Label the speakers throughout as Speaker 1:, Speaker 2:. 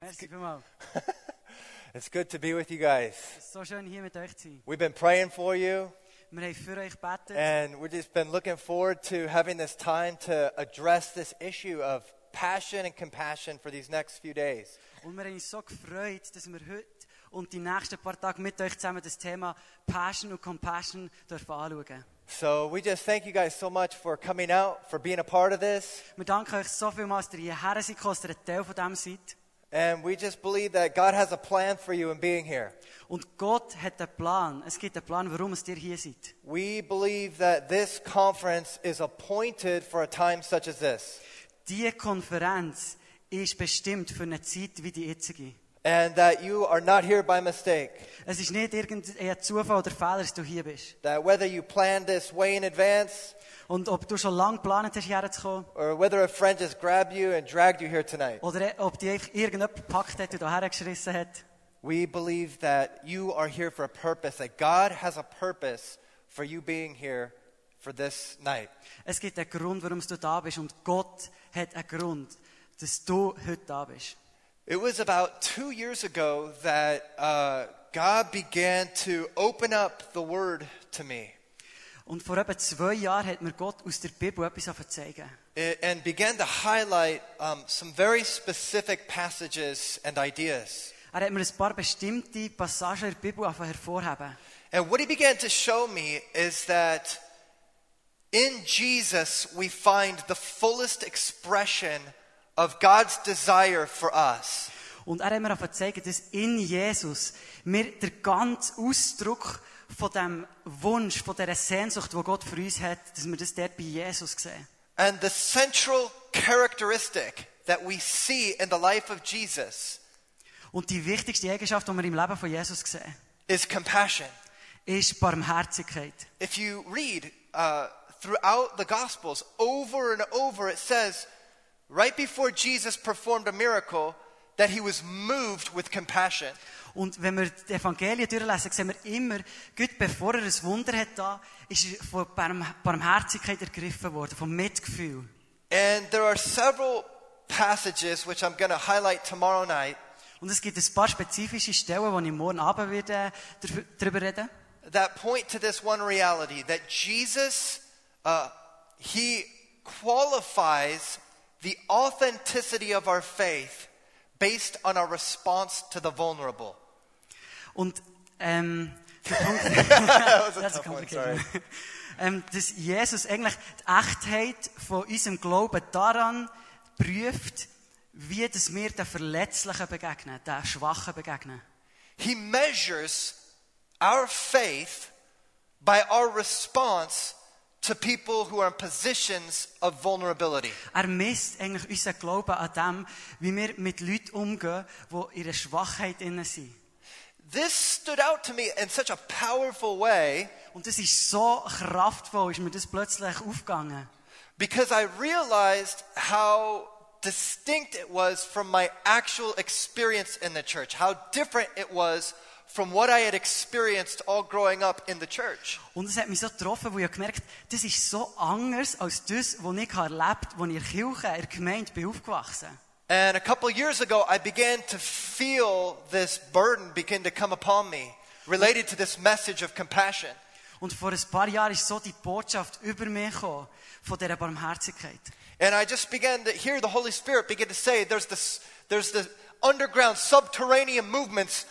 Speaker 1: Merci vielmals.
Speaker 2: It's good to be with you guys.
Speaker 1: Es ist so schön, hier mit euch zu sein.
Speaker 2: We've been praying for you,
Speaker 1: Wir haben für euch gebetet
Speaker 2: and we've just been looking forward to having this time to address this issue of passion and compassion for these next few days.
Speaker 1: und wir haben uns so gefreut, dass wir heute und die nächsten paar Tage mit euch zusammen das Thema Passion und Compassion dürfen anschauen
Speaker 2: So we just thank you guys so much for coming out, for being a part of this,
Speaker 1: Wir danken euch so vielmals, dass ihr hierher seid, gekommen, dass ihr ein Teil von dem seid.
Speaker 2: and we just believe that God has a plan for you in being here.
Speaker 1: Und Gott hat einen Plan. Es gibt einen Plan, warum es ihr hier seid.
Speaker 2: We believe that this conference is appointed for a time such as this.
Speaker 1: Diese Konferenz ist bestimmt für eine Zeit wie die jetzige.
Speaker 2: And that you are not here by mistake.
Speaker 1: Es ist nicht irgendein Zufall oder Fehler, dass du hier bist.
Speaker 2: That whether you planned this way in advance
Speaker 1: Und ob du schon lange geplant hast, hierher zu kommen,
Speaker 2: or whether a friend just grabbed you and dragged you here tonight,
Speaker 1: Oder eh, ob die einfach irgendjemand gepackt hat und hierher geschissen hat.
Speaker 2: we believe that you are here for a purpose, that God has a purpose for you being here for this night.
Speaker 1: Es gibt einen Grund, warum du da bist. Und Gott hat einen Grund, dass du heute da bist.
Speaker 2: It was about two years ago that uh, God began to open up the Word to me
Speaker 1: Und vor etwa zwei Jahren hat mir Gott aus der Bibel etwas zeigen.
Speaker 2: It- and began to highlight um, some very specific passages and ideas.
Speaker 1: Er hat mir ein paar bestimmte Passagen in der Bibel angefangen hervorheben.
Speaker 2: And what he began to show me is that in Jesus we find the fullest expression of God's desire for us.
Speaker 1: Und er hat mir angefangen zeigen, dass in Jesus mir der ganze Ausdruck von dem Wunsch, von dieser Sehnsucht, die Gott für uns hat, dass wir das dort bei Jesus sehen.
Speaker 2: And the central characteristic that we see in the life of Jesus
Speaker 1: Und die wichtigste Eigenschaft, die wir im Leben von Jesus sehen.
Speaker 2: is compassion.
Speaker 1: ist Barmherzigkeit.
Speaker 2: If you read uh, throughout the Gospels, over and over, it says, right before Jesus performed a miracle, that he was moved with compassion.
Speaker 1: Und wenn wir die Evangelien durchlesen, sehen wir immer, Gott, bevor er ein Wunder hat, da, ist er von Barm Barmherzigkeit ergriffen worden, vom Mitgefühl.
Speaker 2: And there are several passages which I'm going to highlight tomorrow night
Speaker 1: Und es gibt ein paar spezifische Stellen, wo ich morgen Abend werde, äh, darf- darüber reden
Speaker 2: that point to this one reality that Jesus, uh, he qualifies the authenticity of our faith based on our response to the vulnerable.
Speaker 1: Und ähm, der Punkt,
Speaker 2: That was a
Speaker 1: That's
Speaker 2: tough one,
Speaker 1: complicated.
Speaker 2: sorry.
Speaker 1: ähm, dass Jesus eigentlich die Echtheit von unserem Glauben daran prüft, wie dass wir den Verletzlichen begegnen, den Schwachen begegnen.
Speaker 2: He measures our faith by our response to people who are in positions of vulnerability.
Speaker 1: Er misst eigentlich unseren Glauben an dem, wie wir mit Leuten umgehen, die in einer Schwachheit innen sind.
Speaker 2: This stood out to me in such a powerful way
Speaker 1: Und das ist so kraftvoll, ist mir das plötzlich aufgegangen.
Speaker 2: because I realized how distinct it was from my actual experience in the church, how different it was from what I had experienced all growing up in the church.
Speaker 1: Und es hat mich so getroffen, wo ich gemerkt habe, das ist so anders als das, was ich erlebt habe, als ich in der Kirche, in der Gemeinde bin aufgewachsen bin.
Speaker 2: And a couple years ago, I began to feel this burden begin to come upon me related to this message of compassion.
Speaker 1: Und vor ein paar Jahren ist so die Botschaft über mich gekommen, von dieser Barmherzigkeit.
Speaker 2: And I just began to hear the Holy Spirit begin to say, there's this, there's this underground subterranean movements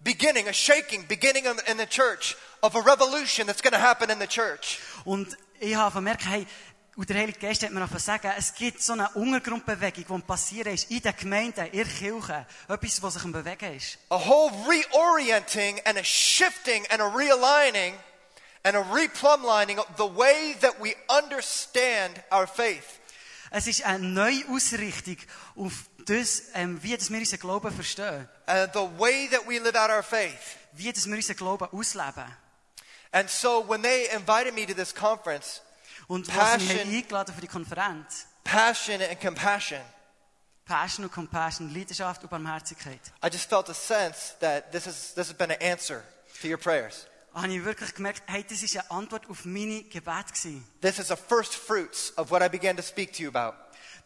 Speaker 2: beginning, a shaking beginning in- in the church of a revolution that's going to happen in the church.
Speaker 1: Und ich habe gemerkt, hey, und der Heilige Geist hat mir angefangen zu sagen, es gibt so eine Untergrundbewegung, die passiert ist in den Gemeinden, in der Kirche. Etwas, was sich am Bewegen ist.
Speaker 2: A whole reorienting and a shifting and a realigning and a replumblining of the way that we understand our faith.
Speaker 1: Es ist eine neue Ausrichtung auf das, ähm, wie das wir unseren Glauben verstehen.
Speaker 2: And the way that we live out our faith.
Speaker 1: Wie das wir unseren Glauben ausleben.
Speaker 2: And so when they invited me to this conference,
Speaker 1: Und was mich
Speaker 2: Passion.
Speaker 1: haben eingeladen für die Konferenz.
Speaker 2: passion and compassion,
Speaker 1: Passion und Compassion, Leidenschaft und Barmherzigkeit.
Speaker 2: I just felt a sense that this, is, this has been an answer to your prayers.
Speaker 1: Habe ich wirklich gemerkt, hey, das ist eine Antwort auf meine Gebete gewesen.
Speaker 2: This is the first fruits of what I began to speak to you about.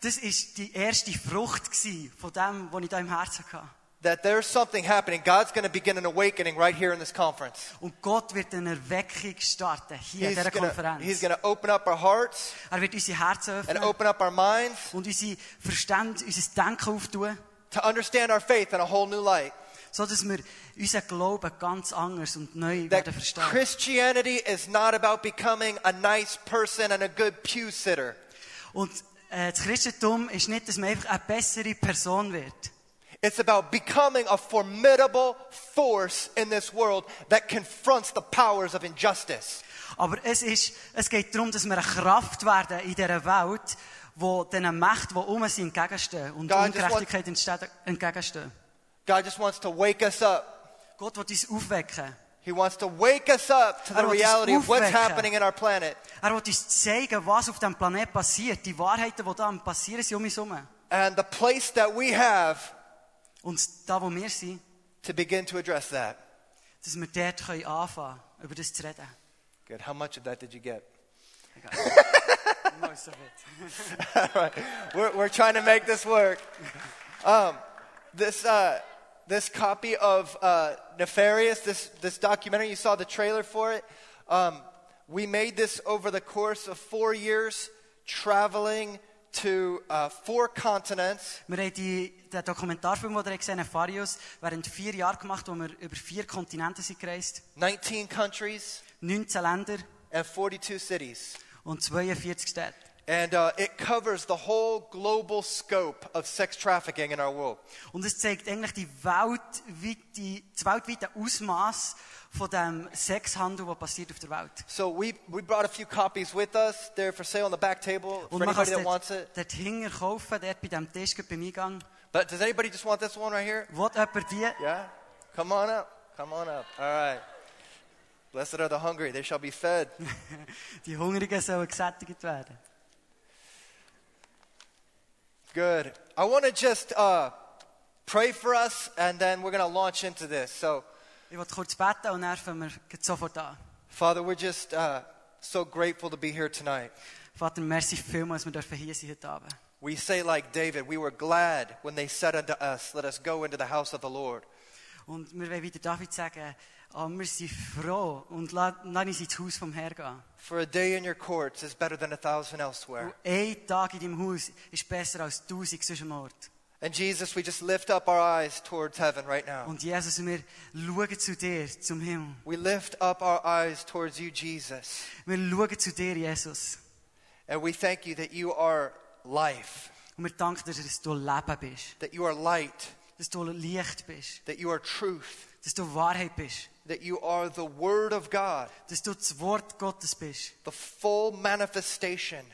Speaker 1: Das ist die erste Frucht gewesen von dem, was ich da im Herzen hatte.
Speaker 2: that there's something happening. God's going to begin an awakening right here in this conference.
Speaker 1: Und Gott wird eine Erweckung starten, hier in
Speaker 2: He's
Speaker 1: dieser
Speaker 2: gonna-
Speaker 1: Konferenz.
Speaker 2: he's going to open up our hearts
Speaker 1: Er wird unsere Herzen
Speaker 2: and
Speaker 1: öffnen
Speaker 2: open up our minds
Speaker 1: und unser Verstand, unser Denken auftun,
Speaker 2: to understand our faith in a whole new light.
Speaker 1: sodass wir unseren Glauben ganz anders und neu
Speaker 2: That
Speaker 1: werden verstehen.
Speaker 2: Christianity is not about becoming a nice person and a good pew sitter.
Speaker 1: Und äh, das Christentum ist nicht, dass man einfach eine bessere Person wird,
Speaker 2: It's about becoming a formidable force in this world that confronts the powers of injustice.
Speaker 1: aber es, ist, es geht darum, dass wir eine Kraft werden in dieser Welt, wo diesen Mächten, die um sind, entgegenstehen und
Speaker 2: God, just
Speaker 1: Ungerechtigkeit entste- entgegenstehen.
Speaker 2: God just wants to wake us up.
Speaker 1: Gott will uns aufwecken.
Speaker 2: He wants to wake us up to
Speaker 1: Er
Speaker 2: the
Speaker 1: will uns
Speaker 2: reality of what's
Speaker 1: aufwecken.
Speaker 2: happening in our planet.
Speaker 1: Er will uns zeigen, was auf diesem Planeten passiert, die Wahrheiten, die da am passieren sind um uns herum.
Speaker 2: and the place that we have
Speaker 1: Und da, wo wir sind,
Speaker 2: to begin to address that.
Speaker 1: dass wir dort können anfangen können, über das zu reden.
Speaker 2: Good. How much of that did you get?
Speaker 1: Most of it.
Speaker 2: All right. We're, we're trying to make this work. Um, this, uh, this copy of uh, Nefarious, this, this documentary, you saw the trailer for it. Um, we made this over the course of four years, traveling to uh, four continents.
Speaker 1: Wir haben die, den Dokumentarfilm, den ihr gesehen habt, Farius, während vier Jahren gemacht, wo wir über vier Kontinente sind gereist.
Speaker 2: 19 countries
Speaker 1: 19 Länder
Speaker 2: and 42 cities.
Speaker 1: und 42 Städte.
Speaker 2: And uh, it covers the whole global scope of sex trafficking in our world.
Speaker 1: Und es dus zeigt eigentlich die weltweite, das weltweite Ausmaß von dem Sexhandel, der passiert auf der Welt.
Speaker 2: So we, we brought a few copies with us. They're for sale on the back table
Speaker 1: Und
Speaker 2: for
Speaker 1: man kann
Speaker 2: anybody
Speaker 1: es
Speaker 2: that wants it.
Speaker 1: dort, dort hinger kaufen, dort bei diesem Tisch gerade beim Eingang.
Speaker 2: But does anybody just want this one right here?
Speaker 1: Will jemand die?
Speaker 2: Yeah? Come on up. Come on up. All right. Blessed are the hungry, they shall be fed.
Speaker 1: Die Hungrigen sollen gesättigt werden.
Speaker 2: Good. I want to just uh, pray for us, and then we're going to launch into this. So,
Speaker 1: Ich will kurz beten und dann fangen wir gleich sofort an.
Speaker 2: Father, we're just uh, so grateful to be here tonight.
Speaker 1: Vater, merci vielmals, wir dürfen hier sein heute Abend.
Speaker 2: We say, like David, we were glad when they said unto us, Let us go into the house of the Lord.
Speaker 1: Und wir wollen wieder David sagen, ah, wir sind froh und la- lass uns ins Haus vom Herrn gehen.
Speaker 2: For a day in your courts is better than a thousand elsewhere.
Speaker 1: Und ein Tag in deinem Haus ist besser als tausend sonst am Ort.
Speaker 2: And Jesus, we just lift up our eyes towards heaven right now.
Speaker 1: Und Jesus, wir schauen zu dir, zum Himmel.
Speaker 2: We lift up our eyes towards you, Jesus.
Speaker 1: Wir schauen zu dir, Jesus.
Speaker 2: And we thank you that you are life,
Speaker 1: Und wir danken dir, dass du Leben bist.
Speaker 2: that you are light,
Speaker 1: Dass du Licht bist.
Speaker 2: that you are truth,
Speaker 1: Dass du Wahrheit bist.
Speaker 2: that you are the Word of God,
Speaker 1: Dass du das Wort Gottes bist.
Speaker 2: the full manifestation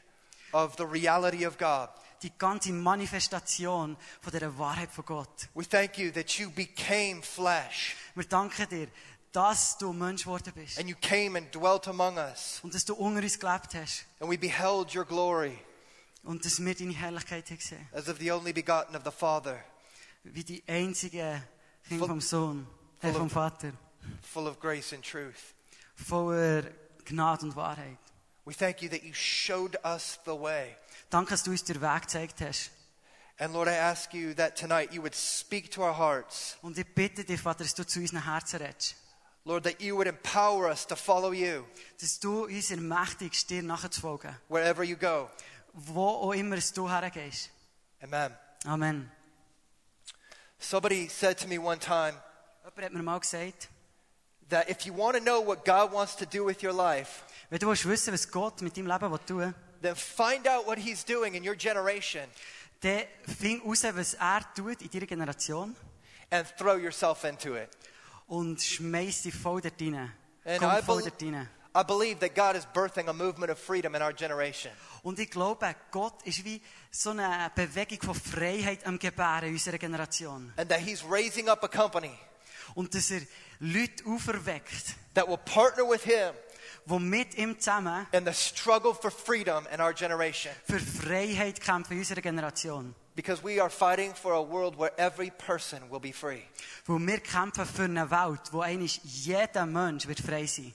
Speaker 2: of the reality of God.
Speaker 1: Die ganze Manifestation von dieser Wahrheit von Gott.
Speaker 2: We thank you that you became flesh
Speaker 1: Wir danken dir, dass du Mensch geworden bist.
Speaker 2: and you came and dwelt among us,
Speaker 1: Und dass du unter uns gelebt hast.
Speaker 2: and we beheld your glory
Speaker 1: Und dass wir deine Herrlichkeit haben gesehen
Speaker 2: as of the only begotten of the Father,
Speaker 1: Wie die einzige Kind
Speaker 2: Voll-
Speaker 1: vom Sohn, äh,
Speaker 2: voller-
Speaker 1: vom Vater.
Speaker 2: full of grace and truth.
Speaker 1: Voller Gnade und Wahrheit.
Speaker 2: We thank you that you showed us the way.
Speaker 1: Danke, dass du uns den Weg gezeigt hast.
Speaker 2: And Lord, I ask you that tonight you would speak to our hearts.
Speaker 1: Und ich bitte dich, Vater, dass du zu unseren Herzen redest.
Speaker 2: Lord, that you would empower us to follow you
Speaker 1: Dass du uns ermächtigst, dir nachzufolgen.
Speaker 2: wherever you go.
Speaker 1: Wo auch immer es du hergehst.
Speaker 2: Amen.
Speaker 1: Amen.
Speaker 2: Somebody said to me one time
Speaker 1: Jemand hat mir mal gesagt,
Speaker 2: that if you want to know what God wants to do with your life,
Speaker 1: wenn du willst wissen was Gott mit deinem Leben will tun
Speaker 2: then find out what he's doing in your generation
Speaker 1: dann find raus, was er tut in deiner Generation
Speaker 2: and throw yourself into it.
Speaker 1: und schmeiß dich voll dort rein.
Speaker 2: And I
Speaker 1: Komm voll
Speaker 2: bel-
Speaker 1: dort rein.
Speaker 2: I believe that God is birthing a movement of freedom in our generation.
Speaker 1: Und ich glaube, Gott ist wie so eine Bewegung von Freiheit am Gebären in unserer Generation.
Speaker 2: And that he's raising up a company
Speaker 1: Und dass er Leute auferweckt,
Speaker 2: that will partner with him
Speaker 1: die mit ihm zusammen
Speaker 2: in the struggle for freedom in our generation.
Speaker 1: für Freiheit kämpfen in unserer Generation.
Speaker 2: Because we are fighting for a world where every person will be free.
Speaker 1: Weil wir kämpfen für eine Welt, wo eigentlich jeder Mensch wird frei sein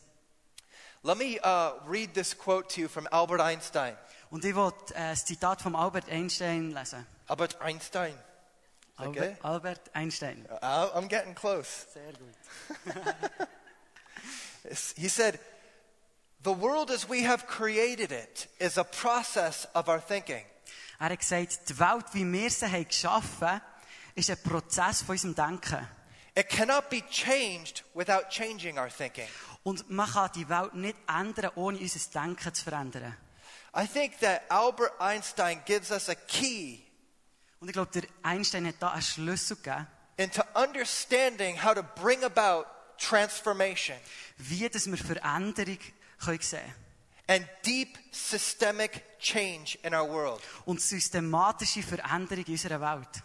Speaker 2: Let me uh, read this quote to you from Albert Einstein.
Speaker 1: wird. Und ich will äh, das Zitat von Albert Einstein lesen.
Speaker 2: Albert Einstein. Is that good?
Speaker 1: Albert, Albert Einstein.
Speaker 2: I- I'm getting close.
Speaker 1: Sehr gut.
Speaker 2: It's- He said, The world as we have created it is a process of our thinking.
Speaker 1: Er hat gesagt, die Welt, wie wir sie haben geschaffen haben, ist ein Prozess von unserem Denken.
Speaker 2: It cannot be changed without changing our thinking.
Speaker 1: Und man kann die Welt nicht ändern, ohne unser Denken zu verändern.
Speaker 2: I think that Albert Einstein gives us a key
Speaker 1: Und ich glaube, der Einstein hat da einen Schlüssel gegeben,
Speaker 2: into understanding how to bring about transformation
Speaker 1: wie dass wir Veränderung können sehen können.
Speaker 2: and deep systemic change in our world.
Speaker 1: Und systematische Veränderung in unserer Welt.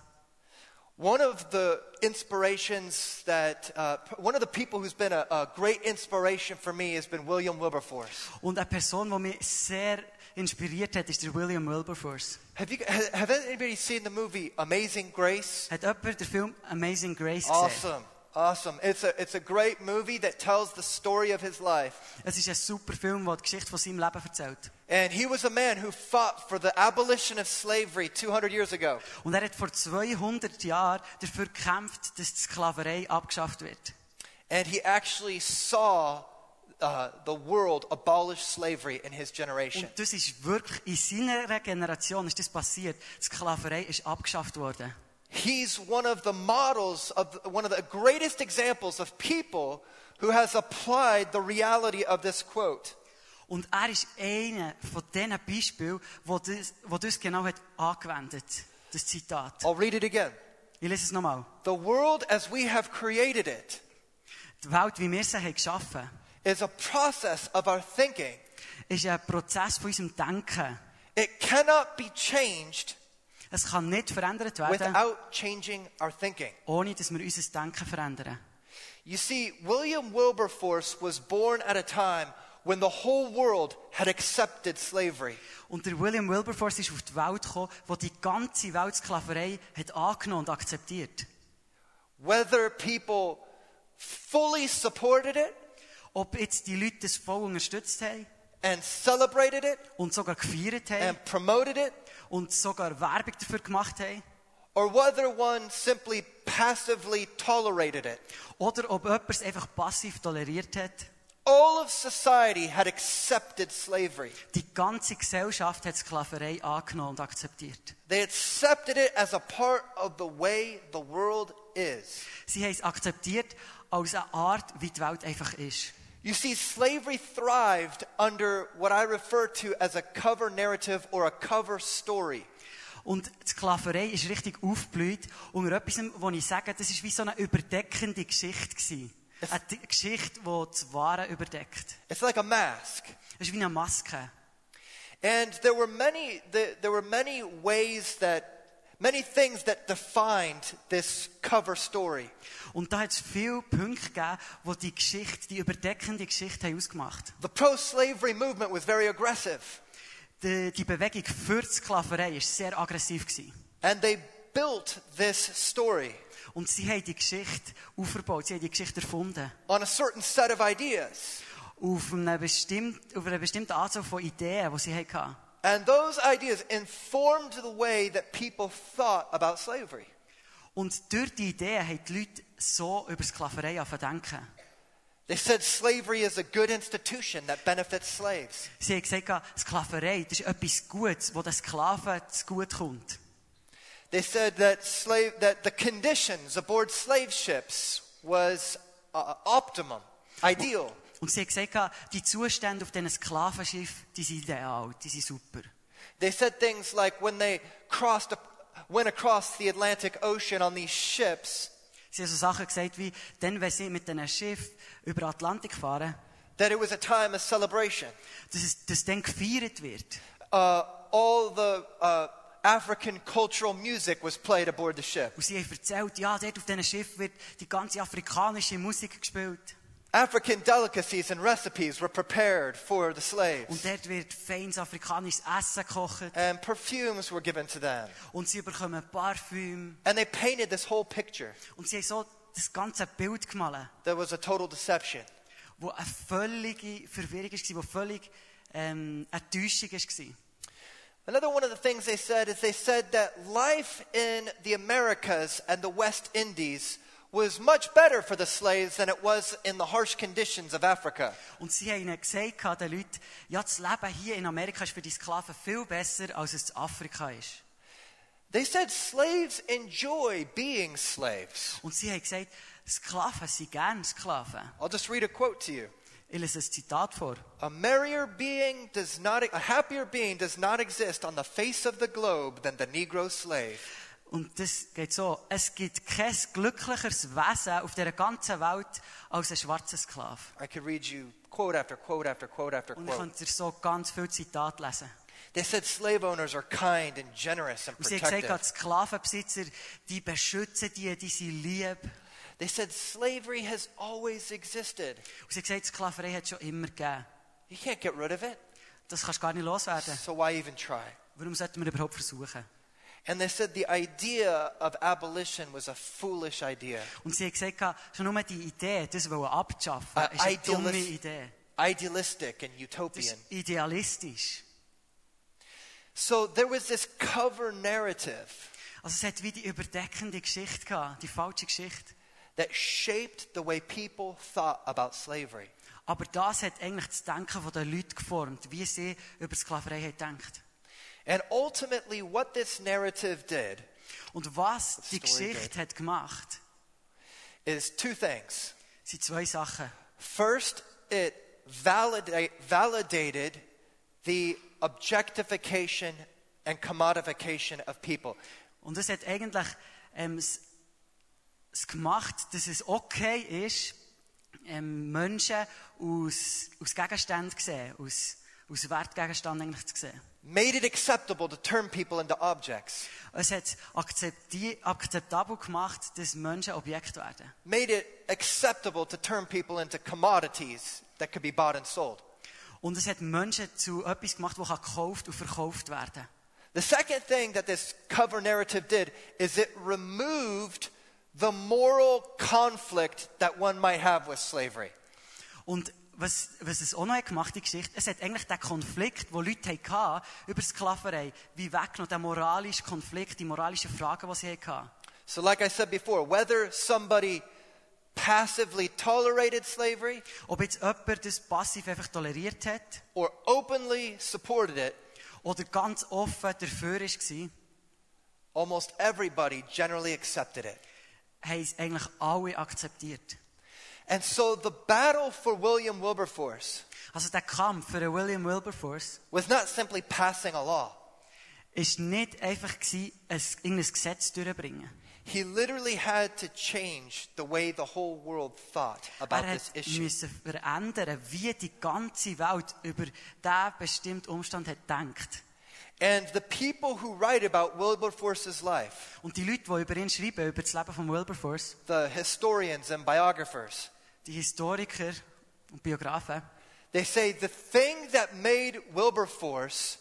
Speaker 2: One of the inspirations that, uh, one of the people who's been a, a great inspiration for me has been William Wilberforce.
Speaker 1: Und eine Person, die mich sehr inspiriert hat, ist der William Wilberforce.
Speaker 2: Have you, ha- have anybody seen the movie Amazing Grace?
Speaker 1: Hat jemand den Film Amazing Grace gesehen?
Speaker 2: Awesome. Awesome. It's a, it's a great movie that tells the story of his life.
Speaker 1: Es ist ein super Film, der die Geschichte von seinem Leben erzählt.
Speaker 2: And he was a man who fought for the abolition of slavery 200 years ago.
Speaker 1: Und er hat vor 200 Jahren dafür gekämpft, dass die Sklaverei abgeschafft wird.
Speaker 2: And he actually saw uh, the world abolish slavery in his generation.
Speaker 1: Und das ist wirklich in seiner Generation ist das passiert. Die Sklaverei ist abgeschafft worden.
Speaker 2: He's one of the models of one of the greatest examples of people who has applied the reality of this quote.
Speaker 1: Und er ist einer von diesen Beispielen, wo das, wo das genau hat angewendet, das Zitat.
Speaker 2: I'll read it again.
Speaker 1: Ich lese es nochmal.
Speaker 2: The world as we have created it
Speaker 1: Die Welt, wie wir sie haben geschaffen haben,
Speaker 2: is a process of our thinking.
Speaker 1: ist ein Prozess von unserem Denken.
Speaker 2: It cannot be changed
Speaker 1: Es kann nicht verändert werden,
Speaker 2: without changing our thinking.
Speaker 1: ohne dass wir unser Denken verändern.
Speaker 2: You see, William Wilberforce was born at a time when the whole world had accepted slavery.
Speaker 1: Und der William Wilberforce ist auf die Welt gekommen, wo die ganze Welt Sklaverei hat angenommen und akzeptiert.
Speaker 2: Whether people fully supported it
Speaker 1: Ob jetzt die Leute das voll unterstützt haben
Speaker 2: and celebrated it
Speaker 1: und sogar gefeiert haben
Speaker 2: and promoted it,
Speaker 1: und sogar Werbung dafür gemacht haben,
Speaker 2: or whether one simply passively tolerated it,
Speaker 1: oder ob jemand es einfach passiv toleriert hat,
Speaker 2: all of society had accepted slavery.
Speaker 1: die ganze Gesellschaft hat Sklaverei angenommen und akzeptiert.
Speaker 2: They accepted it as a part of the way the world is.
Speaker 1: Sie haben es akzeptiert als eine Art, wie die Welt einfach ist.
Speaker 2: You see, slavery thrived under what I refer to as a cover narrative or a cover story.
Speaker 1: Und die Sklaverei ist richtig aufgeblüht unter etwas, wo ich sage, das ist wie so eine überdeckende Geschichte gewesen. Eine Di- Geschichte, die das Wahre überdeckt.
Speaker 2: It's like a mask.
Speaker 1: Es ist wie eine Maske.
Speaker 2: And there were many, the, there were many ways that, many things that defined this cover story.
Speaker 1: Und da hat es viele Punkte gegeben, die die Geschichte, die überdeckende Geschichte haben ausgemacht
Speaker 2: The pro-slavery movement was very aggressive,
Speaker 1: Die, die Bewegung für die Sklaverei war sehr aggressiv. Gewesen.
Speaker 2: and they built this story
Speaker 1: Und sie haben die Geschichte aufgebaut, sie haben die Geschichte erfunden.
Speaker 2: on a certain set of ideas.
Speaker 1: Auf eine bestimmte, auf eine bestimmte Anzahl von Ideen, die sie hatten.
Speaker 2: And those ideas informed the way that people thought about slavery.
Speaker 1: Und durch die Ideen haben die Leute so über Sklaverei angefangen zu denken.
Speaker 2: They said slavery is a good institution that benefits slaves.
Speaker 1: Sie haben gesagt, Sklaverei, das ist etwas Gutes, wo den Sklaven gut kommt.
Speaker 2: They said that, slave, that the conditions aboard slave ships was uh, optimum, ideal.
Speaker 1: Und sie haben gesagt, die Zustände auf diesen Sklavenschiff, die sind ideal, die sind super.
Speaker 2: They said things like when they crossed, went across the Atlantic Ocean on these ships,
Speaker 1: Sie haben so Sachen gesagt wie, dann, wenn sie mit diesem Schiff über den Atlantik fahren,
Speaker 2: that it was a time of celebration.
Speaker 1: dass, es, dass dann gefeiert wird.
Speaker 2: Uh, all the uh, African cultural music was played aboard the ship.
Speaker 1: Und sie haben erzählt, ja, dort auf diesem Schiff wird die ganze afrikanische Musik gespielt.
Speaker 2: African delicacies and recipes were prepared for the
Speaker 1: Und
Speaker 2: slaves,
Speaker 1: dort wird feines afrikanisches Essen gekocht.
Speaker 2: and perfumes were given to them.
Speaker 1: Und sie bekommen Parfüm.
Speaker 2: And they painted this whole picture
Speaker 1: Und sie haben so das ganze Bild gemalt,
Speaker 2: that was a total deception.
Speaker 1: wo eine völlige Verwirrung war, wo völlig ähm, eine Täuschung war.
Speaker 2: Another one of the things they said is they said that life in the Americas and the West Indies was much better for the slaves than it was in the harsh conditions of Africa.
Speaker 1: Und sie haben ihnen gesagt, den Leuten, ja, das Leben hier in Amerika ist für die Sklaven viel besser, als es in Afrika ist.
Speaker 2: They said slaves enjoy being slaves.
Speaker 1: Und sie haben gesagt, Sklaven sind gerne Sklaven.
Speaker 2: I'll just read a quote to you.
Speaker 1: Ich lese ein Zitat vor.
Speaker 2: A merrier being does not e-, a happier being does not exist on the face of the globe than the negro slave.
Speaker 1: Und das geht so. Es gibt kein glücklicheres Wesen auf dieser ganzen Welt als ein schwarzer Sklave.
Speaker 2: I could read you quote after quote after quote after
Speaker 1: Und ich
Speaker 2: quote.
Speaker 1: könnte so ganz viele Zitate lesen.
Speaker 2: They said slave owners are kind and generous and
Speaker 1: Und sie haben
Speaker 2: protective.
Speaker 1: gesagt, die Sklavenbesitzer, die beschützen die, die sind lieb. Und
Speaker 2: They said slavery has always existed.
Speaker 1: sie haben gesagt, Sklaverei hat es schon immer gegeben.
Speaker 2: You can't get rid of it.
Speaker 1: Das kannst du gar nicht loswerden.
Speaker 2: So why even try?
Speaker 1: Warum sollten wir überhaupt versuchen?
Speaker 2: And they said the idea of abolition was a foolish idea.
Speaker 1: Und sie haben gesagt, schon nur die Idee, das wollen abzuschaffen,
Speaker 2: Äh,
Speaker 1: ist eine dumme
Speaker 2: idealist-
Speaker 1: Idee.
Speaker 2: Idealistic and
Speaker 1: Das
Speaker 2: utopian.
Speaker 1: ist idealistisch.
Speaker 2: So there was this cover narrative
Speaker 1: Also es hat wie die überdeckende Geschichte gehabt, die falsche Geschichte.
Speaker 2: that shaped the way people thought about slavery.
Speaker 1: Aber das hat eigentlich das Denken der Leute geformt, wie sie über Sklaverei haben gedacht.
Speaker 2: And ultimately, what this narrative did
Speaker 1: Und was die
Speaker 2: Story did.
Speaker 1: Geschichte hat gemacht,
Speaker 2: is two things.
Speaker 1: sind zwei Sachen.
Speaker 2: First, it validate, validated the objectification and commodification of people.
Speaker 1: Und es hat eigentlich ähm, es, es gemacht, dass es okay ist, ähm, Menschen aus, aus Gegenständen zu sehen, aus, aus Wertgegenständen eigentlich zu sehen.
Speaker 2: Made it acceptable to turn people into objects.
Speaker 1: Es hat akzepti- akzeptabel gemacht, dass Menschen Objekte werden.
Speaker 2: Made it acceptable to turn people into commodities that could be bought and sold.
Speaker 1: Und es hat Menschen zu etwas gemacht, das gekauft und verkauft werden kann.
Speaker 2: The second thing that this cover narrative did is it removed the moral conflict that one might have with slavery.
Speaker 1: Und was, was es auch noch hat gemacht die Geschichte, es hat eigentlich den Konflikt, den Leute hatten, über Sklaverei, wie weggenommen, den moralischen Konflikt, die moralischen Fragen, die sie hatten.
Speaker 2: So, like I said before, whether somebody passively tolerated slavery
Speaker 1: Ob jetzt jemand das passiv einfach toleriert hat
Speaker 2: or openly supported it,
Speaker 1: oder ganz offen dafür war,
Speaker 2: almost everybody generally accepted it.
Speaker 1: haben es eigentlich alle akzeptiert.
Speaker 2: And so, the battle for William Wilberforce
Speaker 1: Also der Kampf für den William Wilberforce
Speaker 2: was not simply passing a law,
Speaker 1: war nicht einfach, gewesen, ein, irgendein Gesetz durchbringen.
Speaker 2: he literally had to change the way the whole world thought about
Speaker 1: Er
Speaker 2: this
Speaker 1: hat
Speaker 2: issue.
Speaker 1: müssen verändern, wie die ganze Welt über diesen bestimmten Umstand hat gedacht.
Speaker 2: And the people who write about Wilberforce's life,
Speaker 1: Und die Leute, die über ihn schreiben, über das Leben von Wilberforce,
Speaker 2: the historians and biographers,
Speaker 1: die Historiker und Biografen,
Speaker 2: they say the thing that made Wilberforce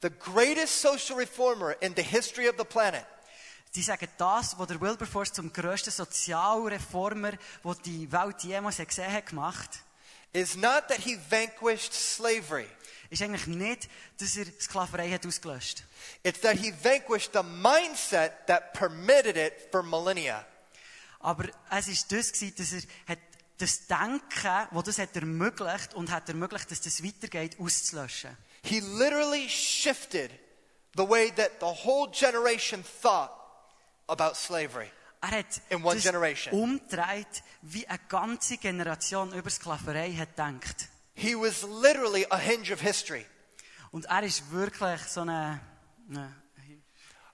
Speaker 2: the greatest social reformer in the history of the planet
Speaker 1: die sagen das, was der Wilberforce zum grössten Sozialreformer, den die Welt jemals hat gesehen hat, gemacht
Speaker 2: is not that he vanquished slavery,
Speaker 1: ist eigentlich nicht, dass er Sklaverei hat ausgelöscht.
Speaker 2: it's that he vanquished the mindset that permitted it for millennia.
Speaker 1: Aber es ist das gewesen, dass er hat das Denken, das das hat ermöglicht und hat ermöglicht, dass das weitergeht, auszulöschen.
Speaker 2: He literally shifted the way that the whole generation thought about slavery.
Speaker 1: Er hat
Speaker 2: In one
Speaker 1: das
Speaker 2: generation.
Speaker 1: umgedreht, wie eine ganze Generation über Sklaverei hat gedacht.
Speaker 2: He was literally a hinge of history.
Speaker 1: Und er ist wirklich so eine, eine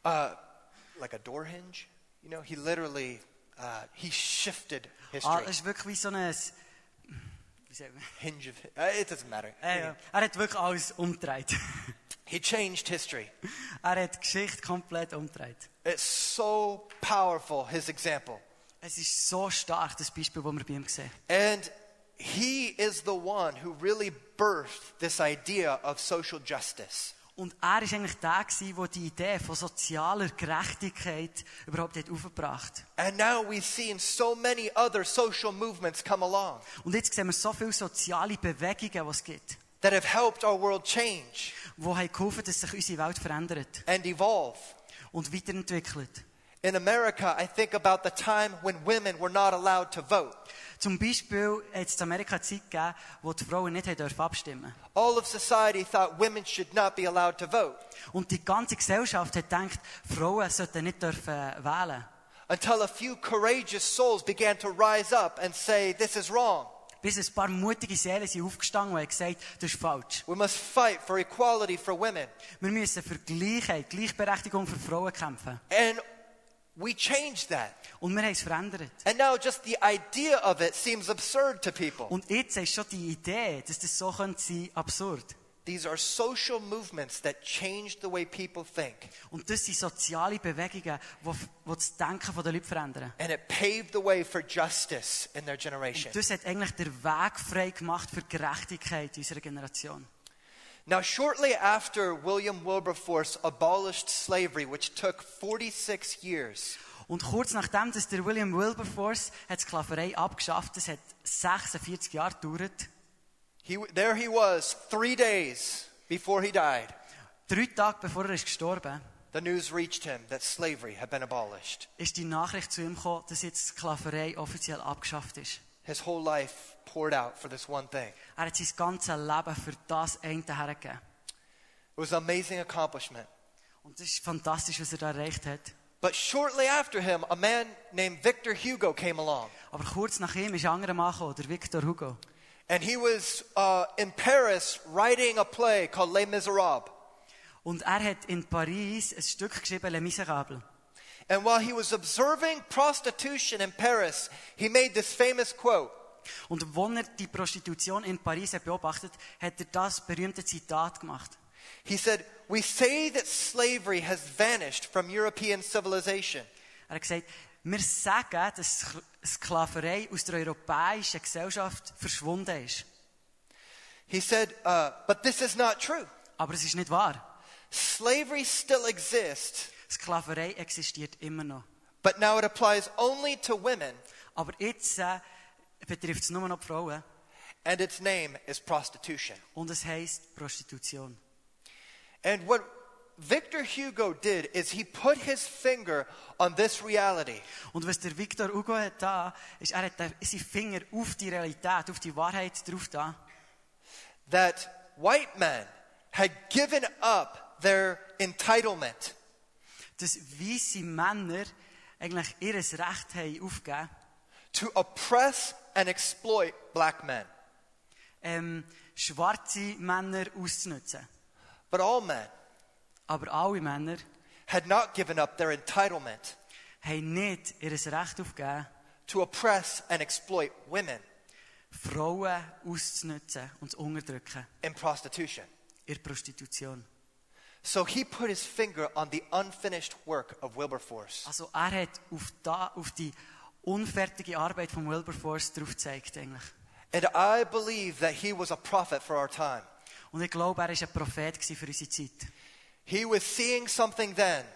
Speaker 2: uh, like a door hinge. You know, he literally uh, he shifted
Speaker 1: ah,
Speaker 2: history.
Speaker 1: er ist wirklich wie so ein, wie sagt man?
Speaker 2: hinge of uh, it doesn't matter.
Speaker 1: Äh, ja. Er hat wirklich alles umgedreht.
Speaker 2: He changed history.
Speaker 1: er hat die Geschichte komplett umgedreht.
Speaker 2: It's so powerful his example,
Speaker 1: Es ist so stark, das Beispiel, das wir bei ihm sehen.
Speaker 2: and he is the one who really birthed this idea of social justice.
Speaker 1: Und er war eigentlich der, gewesen, der die Idee von sozialer Gerechtigkeit überhaupt hat aufgebracht
Speaker 2: And now we've seen so many other social movements come along.
Speaker 1: Und jetzt sehen wir so viele soziale Bewegungen, die es gibt.
Speaker 2: that have helped our world change
Speaker 1: die haben geholfen, dass sich unsere Welt verändert
Speaker 2: and evolve.
Speaker 1: und weiterentwickelt.
Speaker 2: In America, I think about the time when women were not allowed to vote.
Speaker 1: Zum Beispiel hat es in Amerika eine Zeit gegeben, wo die Frauen nicht haben dürfen abstimmen
Speaker 2: All of society thought women should not be allowed to vote
Speaker 1: Und die ganze Gesellschaft hat gedacht, Frauen sollten nicht dürfen wählen.
Speaker 2: until a few courageous souls began to rise up and say, This is wrong.
Speaker 1: Bis ein paar mutige Seelen sind aufgestanden und haben gesagt, das ist falsch.
Speaker 2: We must fight for equality for women.
Speaker 1: Wir müssen für Gleichheit, Gleichberechtigung für Frauen kämpfen.
Speaker 2: And we changed that.
Speaker 1: Und wir haben es verändert.
Speaker 2: And now just the idea of it seems absurd to people.
Speaker 1: Und jetzt ist schon die Idee, dass das so könnte sein, absurd.
Speaker 2: These are social movements that change the way people think.
Speaker 1: Und das sind soziale Bewegungen, die, die das Denken der Leute verändern.
Speaker 2: And it paved the way for justice in their generation.
Speaker 1: Und das hat eigentlich den Weg frei gemacht für Gerechtigkeit in unserer Generation.
Speaker 2: Now, shortly after William Wilberforce abolished slavery, which took 46 years,
Speaker 1: Und kurz nachdem, dass der William Wilberforce hat die Sklaverei abgeschafft, das hat 46 Jahre gedauert.
Speaker 2: he, there he was, three days before he died.
Speaker 1: Drei Tage bevor er ist gestorben
Speaker 2: The news reached him that slavery had been abolished.
Speaker 1: ist die Nachricht zu ihm gekommen, dass jetzt die Sklaverei offiziell abgeschafft ist.
Speaker 2: His whole life poured out for this one thing.
Speaker 1: Er hat sein ganzes Leben für das eine hergegeben.
Speaker 2: It was an amazing accomplishment.
Speaker 1: Und das ist fantastisch, was er da erreicht hat.
Speaker 2: But shortly after him, a man named Victor Hugo came along.
Speaker 1: Aber kurz nach ihm ist ein anderer Mann gekommen, der Victor Hugo.
Speaker 2: And he was uh, in Paris writing a play called Les Miserables.
Speaker 1: Und er hat in Paris ein Stück geschrieben, Le Miserable.
Speaker 2: And while he was observing prostitution in Paris, he made this famous quote
Speaker 1: Und als er die Prostitution in Paris hat beobachtet hat, hat er das berühmte Zitat gemacht.
Speaker 2: He said, We say that slavery has vanished from European civilization,
Speaker 1: Er hat gesagt, wir sagen, dass Sk- Sklaverei aus der europäischen Gesellschaft verschwunden ist.
Speaker 2: he said, uh, but this is not true.
Speaker 1: Aber es ist nicht wahr.
Speaker 2: Slavery still exists,
Speaker 1: Sklaverei existiert immer noch.
Speaker 2: but now it applies only to women,
Speaker 1: Aber jetzt äh, betrifft es nur noch die Frauen
Speaker 2: and its name is prostitution.
Speaker 1: und es heisst Prostitution.
Speaker 2: And what Victor Hugo did is he put his finger on this reality.
Speaker 1: Und was der Victor Hugo hat da, ist, er hat da seine Finger auf die Realität, auf die Wahrheit drauf da.
Speaker 2: that white men had given up their entitlement
Speaker 1: Dass weisse Männer eigentlich ihr Recht haben aufgegeben,
Speaker 2: to oppress and exploit black men.
Speaker 1: ähm, schwarze Männer auszunutzen.
Speaker 2: But all men
Speaker 1: Aber alle Männer
Speaker 2: had not given up their entitlement
Speaker 1: haben nicht ihr Recht aufgegeben,
Speaker 2: to oppress and exploit women
Speaker 1: Frauen auszunutzen und zu unterdrücken
Speaker 2: in prostitution.
Speaker 1: in der Prostitution.
Speaker 2: So he put his finger on the unfinished work of Wilberforce.
Speaker 1: Also er hat auf, da, auf die unfertige Arbeit von Wilberforce drauf gezeigt eigentlich.
Speaker 2: And I believe that he was a prophet for our time.
Speaker 1: Und ich glaube, er war ein Prophet gewesen für unsere Zeit.
Speaker 2: He was seeing something then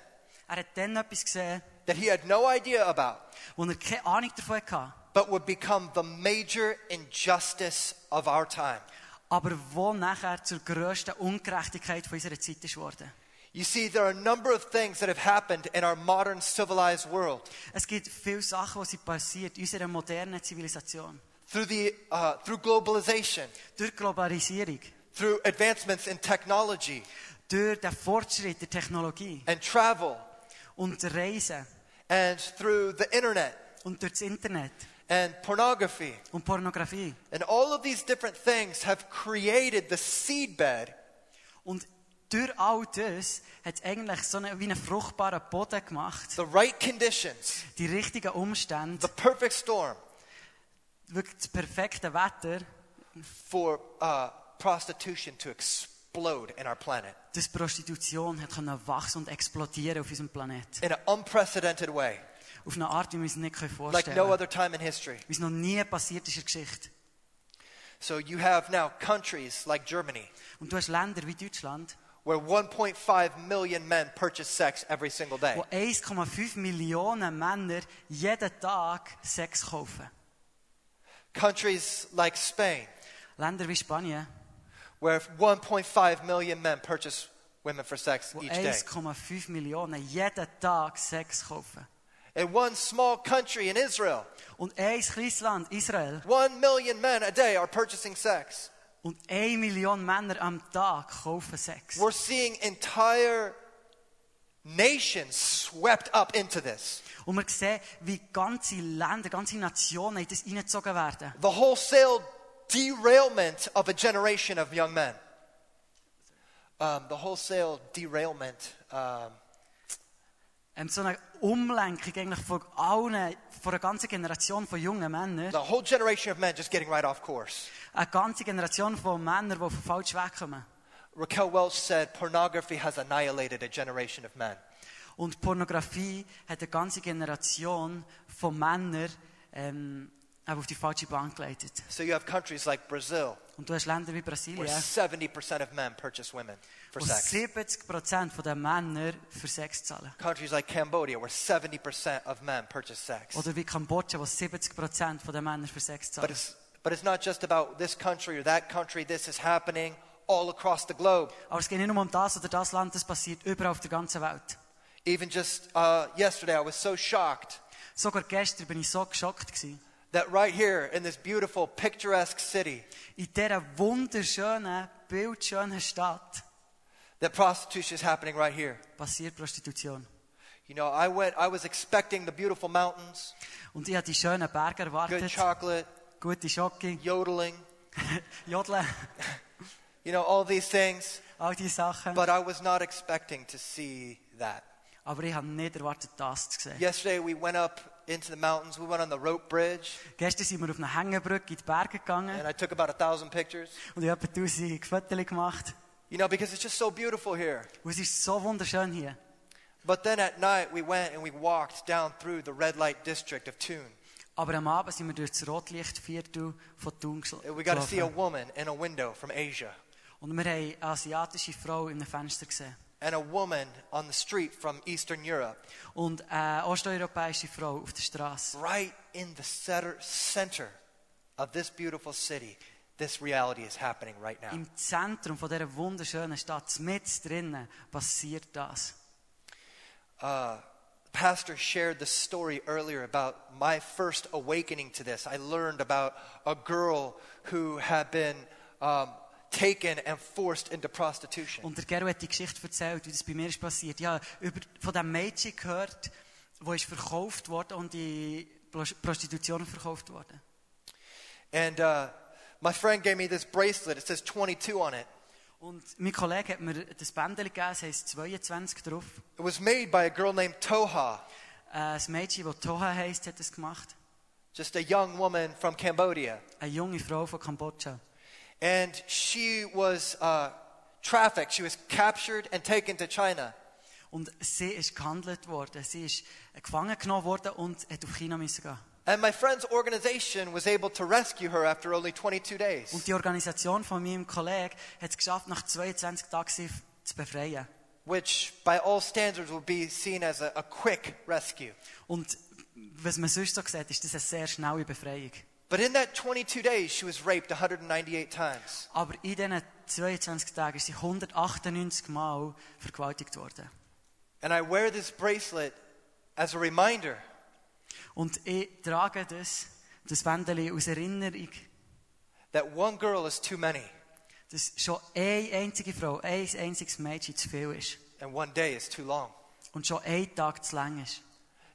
Speaker 1: Er hat dann etwas gesehen,
Speaker 2: that he had no idea about,
Speaker 1: wo er keine Ahnung davon hatte,
Speaker 2: but would become the major injustice of our time.
Speaker 1: aber wo nachher zur grössten Ungerechtigkeit von unserer Zeit ist worden.
Speaker 2: You see, there are a number of things that have happened in our modern civilized world
Speaker 1: Es gibt viele Sachen, die sind passiert in unserer modernen Zivilisation.
Speaker 2: through, the, uh, through globalization,
Speaker 1: Durch Globalisierung,
Speaker 2: through advancements in technology
Speaker 1: durch den Fortschritt der Technologie
Speaker 2: and travel,
Speaker 1: und der Reisen
Speaker 2: and through the internet
Speaker 1: und durch das Internet
Speaker 2: and pornography.
Speaker 1: und Pornografie.
Speaker 2: And all of these different things have created the seedbed
Speaker 1: Und durch all das hat es eigentlich so eine, wie einen fruchtbaren Boden gemacht.
Speaker 2: the right conditions,
Speaker 1: Die richtigen Umstände,
Speaker 2: the perfect storm
Speaker 1: wirklich das perfekte Wetter,
Speaker 2: for uh, prostitution to explode in our planet
Speaker 1: dass Prostitution hat können wachsen und explodieren auf unserem Planeten.
Speaker 2: in an unprecedented way,
Speaker 1: Auf eine Art, wie wir es nicht
Speaker 2: like
Speaker 1: vorstellen
Speaker 2: no
Speaker 1: können.
Speaker 2: other time in history.
Speaker 1: Wie es noch nie passiert ist in der Geschichte.
Speaker 2: So you have now countries like Germany.
Speaker 1: Und du hast Länder wie Deutschland,
Speaker 2: where 1.5 million men purchase sex every single day.
Speaker 1: wo 1,5 Millionen Männer jeden Tag Sex kaufen.
Speaker 2: Countries like Spain,
Speaker 1: Länder wie Spanien,
Speaker 2: where 1.5 million men purchase women for sex
Speaker 1: die
Speaker 2: each day.
Speaker 1: 1,5 Millionen jeden Tag Sex kaufen.
Speaker 2: In one small country in Israel,
Speaker 1: Und ein kleines Land, Israel,
Speaker 2: 1 million men a day are purchasing sex.
Speaker 1: und 1 Million Männer am Tag kaufen Sex.
Speaker 2: We're seeing entire nations swept up into this.
Speaker 1: Und wir sehen, wie ganze Länder, ganze Nationen in das hineingezogen werden.
Speaker 2: The wholesale derailment of a generation of young men. Um, the wholesale derailment. Um,
Speaker 1: Ähm, so eine Umlenkung eigentlich von allen, von einer ganzen Generation von jungen Männern.
Speaker 2: the whole generation of men just getting right off course.
Speaker 1: Eine ganze Generation von Männern, die falsch wegkommen.
Speaker 2: Raquel Welch said, Pornography has annihilated a generation of men.
Speaker 1: Und Pornografie hat eine ganze Generation von Männern ähm, eben auf die falsche Bahn geleitet.
Speaker 2: So you have countries like Brazil,
Speaker 1: Und du hast Länder wie
Speaker 2: where
Speaker 1: Brasilien,
Speaker 2: 70% of men purchase women for
Speaker 1: wo
Speaker 2: sex.
Speaker 1: 70% der Männer für Sex zahlen.
Speaker 2: Countries like Cambodia, where 70% of men purchase sex.
Speaker 1: Oder wie Kambodscha, wo 70% der Männer für Sex
Speaker 2: But
Speaker 1: zahlen.
Speaker 2: it's, but it's not just about this country or that country. This is happening all across the globe.
Speaker 1: Aber es geht nicht nur um das oder das Land, das passiert überall auf der ganzen Welt.
Speaker 2: Even just uh, yesterday, I was so shocked
Speaker 1: Sogar gestern bin ich so geschockt gewesen.
Speaker 2: that right here in this beautiful, picturesque city,
Speaker 1: In dieser wunderschönen, bildschönen Stadt
Speaker 2: that prostitution is happening right here.
Speaker 1: passiert Prostitution.
Speaker 2: You know, I went. I was expecting the beautiful mountains,
Speaker 1: Und ich habe die schönen Berge
Speaker 2: good
Speaker 1: erwartet,
Speaker 2: chocolate,
Speaker 1: gute Schocke,
Speaker 2: yodeling,
Speaker 1: Jodeln,
Speaker 2: you know, all these things.
Speaker 1: all diese Sachen.
Speaker 2: But I was not expecting to see that.
Speaker 1: Aber ich habe nicht erwartet, das zu sehen.
Speaker 2: Yesterday, we went up into the mountains. We went on the rope bridge,
Speaker 1: Gestern sind wir auf eine Hängebrücke in die Berge gegangen
Speaker 2: and I took about a thousand pictures.
Speaker 1: und ich habe etwa 1000 Fotos gemacht.
Speaker 2: You know, because it's just so beautiful here.
Speaker 1: Und es ist so wunderschön hier.
Speaker 2: But then at night, we went and we walked down through the red light district of Thun.
Speaker 1: Aber am Abend sind wir durch das Rotlichtviertel von Thun geschl-
Speaker 2: And Uh, we got to see a
Speaker 1: gelaufen.
Speaker 2: woman in a window from Asia,
Speaker 1: Und wir haben eine asiatische Frau in einem Fenster gesehen.
Speaker 2: and a woman on the street from Eastern Europe,
Speaker 1: Und äh, eine osteuropäische Frau auf der Straße.
Speaker 2: right in the center, center of this beautiful city. This reality is happening right now.
Speaker 1: Im Zentrum von dieser wunderschönen Stadt, mit drinnen, passiert das.
Speaker 2: Uh, Pastor shared the story earlier about my first awakening to this. I learned about a girl who had been um, taken and forced into prostitution.
Speaker 1: Und der Gero hat die Geschichte erzählt, wie das bei mir ist passiert. Ja, über, von dem Mädchen gehört, wo ist verkauft worden und in Plos- Prostitution verkauft worden.
Speaker 2: And uh, my friend gave me this bracelet. It says 22 on it.
Speaker 1: Und mein Kollege hat mir das Bändchen gegeben, es heisst 22 drauf.
Speaker 2: It was made by a girl named Toha,
Speaker 1: Äh, Ein Mädchen, das Toha heisst, hat das gemacht.
Speaker 2: just a young woman from Cambodia.
Speaker 1: Eine junge Frau von Kambodscha.
Speaker 2: And she was uh, trafficked. She was captured and taken to China.
Speaker 1: Und sie ist gehandelt worden. Sie ist äh, gefangen genommen worden und hat auf China müssen gehen.
Speaker 2: And my friend's organization was able to rescue her after only 22
Speaker 1: Und
Speaker 2: days,
Speaker 1: die Organisation von meinem Kollegen hat es geschafft, nach 22 Tagen sie f- zu befreien.
Speaker 2: which by all standards would be seen as a, a quick rescue.
Speaker 1: Und was man sonst so sieht, ist das eine sehr schnelle Befreiung.
Speaker 2: But in that 22 days, she was raped 198 times.
Speaker 1: Aber in diesen 22 Tagen ist sie 198 Mal vergewaltigt worden.
Speaker 2: And I wear this bracelet as a reminder
Speaker 1: Und ich trage das, das Wendeli aus Erinnerung,
Speaker 2: that one girl is too many.
Speaker 1: dass schon eine einzige Frau, ein einziges Mädchen zu viel ist.
Speaker 2: and one day is too long.
Speaker 1: Und schon ein Tag zu lang ist.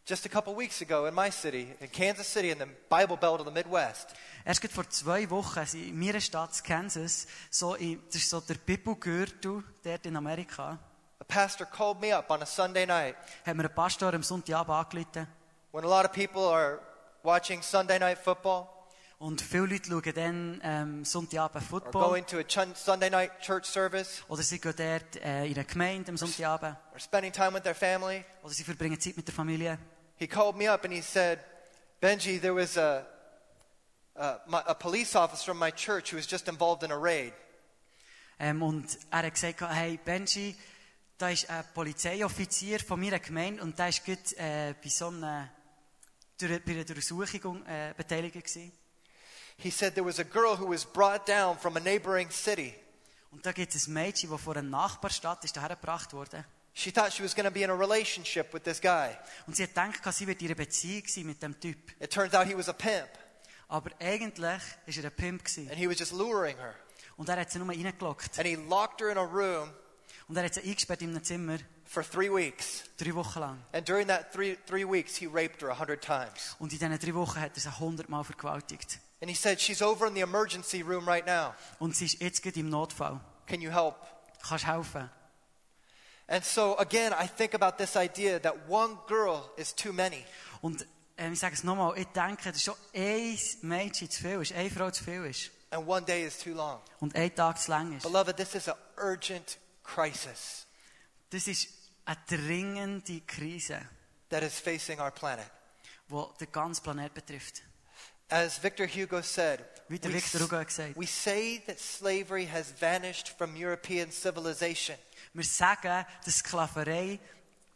Speaker 2: Just a couple weeks ago in my city, in Kansas City, in the Bible Belt of the Midwest,
Speaker 1: Erst gerade vor zwei Wochen sind in meiner Stadt Kansas, so in, das ist so der Bibelgürtel dort in Amerika,
Speaker 2: a pastor called me up on a Sunday night
Speaker 1: hat mir ein Pastor am Sonntagabend angerufen.
Speaker 2: when a lot of people are watching Sunday night football
Speaker 1: Und viele Leute schauen dann ähm, Sonntagabend
Speaker 2: or
Speaker 1: Football.
Speaker 2: going to a chun- Sunday night church service
Speaker 1: Oder sie gehen dort äh, in eine Gemeinde am Sonntagabend.
Speaker 2: or spending time with their family.
Speaker 1: Oder sie verbringen Zeit mit der Familie.
Speaker 2: He called me up and he said, Benji, there was a, a, my, a police officer from my church who was just involved in a raid.
Speaker 1: Ähm, und er hat gesagt, hey Benji, da ist ein Polizeioffizier von meiner Gemeinde und der war gerade äh, bei so einer, durch- bei einer Durchsuchung äh, beteiligt. Gewesen.
Speaker 2: He said there was a girl who was brought down from a neighboring city
Speaker 1: Und da gibt es ein Mädchen, das vor einer Nachbarstadt ist daher gebracht wurde.
Speaker 2: She thought she was going to be in a relationship with this guy.
Speaker 1: Und sie hat gedacht, sie wird in einer Beziehung sein mit dem Typ.
Speaker 2: It turns out he was a pimp,
Speaker 1: Aber eigentlich war er ein Pimp. Gewesen.
Speaker 2: and he was just luring her.
Speaker 1: Und er hat sie nur reingelockt.
Speaker 2: And he locked her in a room
Speaker 1: Und er hat sie eingesperrt in einem Zimmer,
Speaker 2: for three weeks.
Speaker 1: drei Wochen lang.
Speaker 2: And during that three, three weeks, he raped her a hundred times.
Speaker 1: Und in diesen drei Wochen hat er sie hundertmal vergewaltigt.
Speaker 2: And he said, She's over in the emergency room right now.
Speaker 1: Und sie ist jetzt gerade im Notfall.
Speaker 2: Can you help?
Speaker 1: Kannst du helfen?
Speaker 2: And so, again, I think about this idea that one girl is too many.
Speaker 1: Und ähm, ich sage es nochmal, ich denke, dass schon ein Mädchen zu viel ist, eine Frau zu viel ist
Speaker 2: and one day is too long.
Speaker 1: und ein Tag zu lang ist.
Speaker 2: Beloved, this is an urgent crisis
Speaker 1: Das ist eine dringende Krise,
Speaker 2: that is facing our planet.
Speaker 1: die den ganzen Planet betrifft.
Speaker 2: As Victor Hugo said,
Speaker 1: Wie der Victor Hugo hat gesagt.
Speaker 2: we say that slavery has vanished from European civilization,
Speaker 1: Wir sagen, dass Sklaverei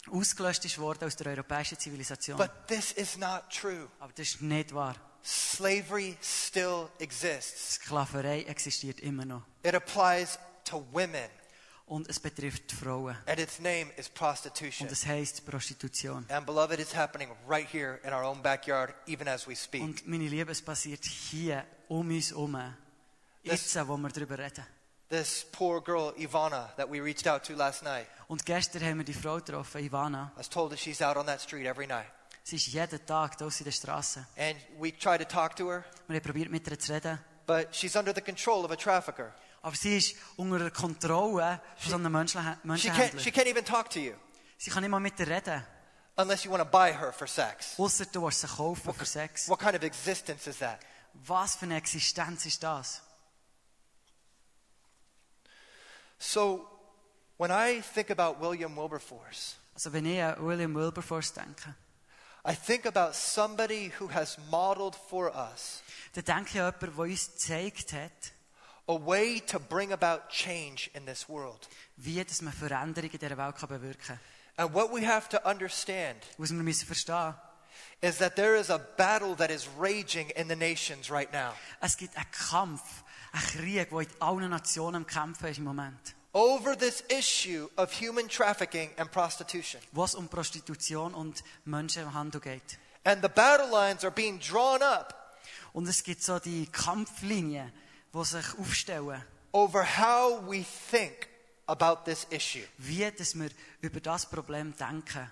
Speaker 1: ausgelöscht ist worden aus der europäischen Zivilisation.
Speaker 2: but this is not true.
Speaker 1: Aber das ist nicht wahr.
Speaker 2: Slavery still exists.
Speaker 1: Sklaverei existiert immer noch.
Speaker 2: It applies to women,
Speaker 1: Und es betrifft die Frauen.
Speaker 2: and its name is prostitution.
Speaker 1: Und es heisst Prostitution.
Speaker 2: And beloved, it's happening right here in our own backyard, even as we speak.
Speaker 1: Und meine Liebe, es passiert hier, um uns herum. Jetzt, wo wir darüber reden.
Speaker 2: This poor girl, Ivana, that we reached out to last night,
Speaker 1: Und gestern haben wir die Frau getroffen, Ivana.
Speaker 2: I was told that she's out on that street every night.
Speaker 1: Sie ist jeden Tag da aus der Straße.
Speaker 2: And we try to talk to her,
Speaker 1: Wir haben probiert, mit ihr zu reden.
Speaker 2: but she's under the control of a trafficker.
Speaker 1: Aber sie ist unter der Kontrolle von so einem Menschenhä-
Speaker 2: She can't, she
Speaker 1: Menschenhändler.
Speaker 2: can't even talk to you
Speaker 1: Sie kann nicht mal mit ihr reden.
Speaker 2: unless you want to buy her for sex.
Speaker 1: Ausser du willst sie kaufen für Sex.
Speaker 2: What kind of existence is that?
Speaker 1: Was für eine Existenz ist das?
Speaker 2: So when I think about William Wilberforce,
Speaker 1: Also wenn ich an William Wilberforce denke,
Speaker 2: I think about somebody who has modeled for us
Speaker 1: dann denke ich an jemanden, der uns gezeigt hat,
Speaker 2: a way to bring about change in this world.
Speaker 1: wie dass man Veränderungen in dieser Welt kann bewirken kann.
Speaker 2: And what we have to understand
Speaker 1: Was wir müssen verstehen
Speaker 2: is that there is a battle that is raging in the nations right now
Speaker 1: es gibt einen Kampf, einen Krieg, der in allen Nationen am Kämpfen ist im Moment.
Speaker 2: over this issue of human trafficking and prostitution.
Speaker 1: Wo es um Prostitution und Menschenhandel geht.
Speaker 2: And the battle lines are being drawn up
Speaker 1: Und es gibt so die Kampflinien, die sich aufstellen,
Speaker 2: over how we think about this issue.
Speaker 1: wie dass wir über das Problem denken.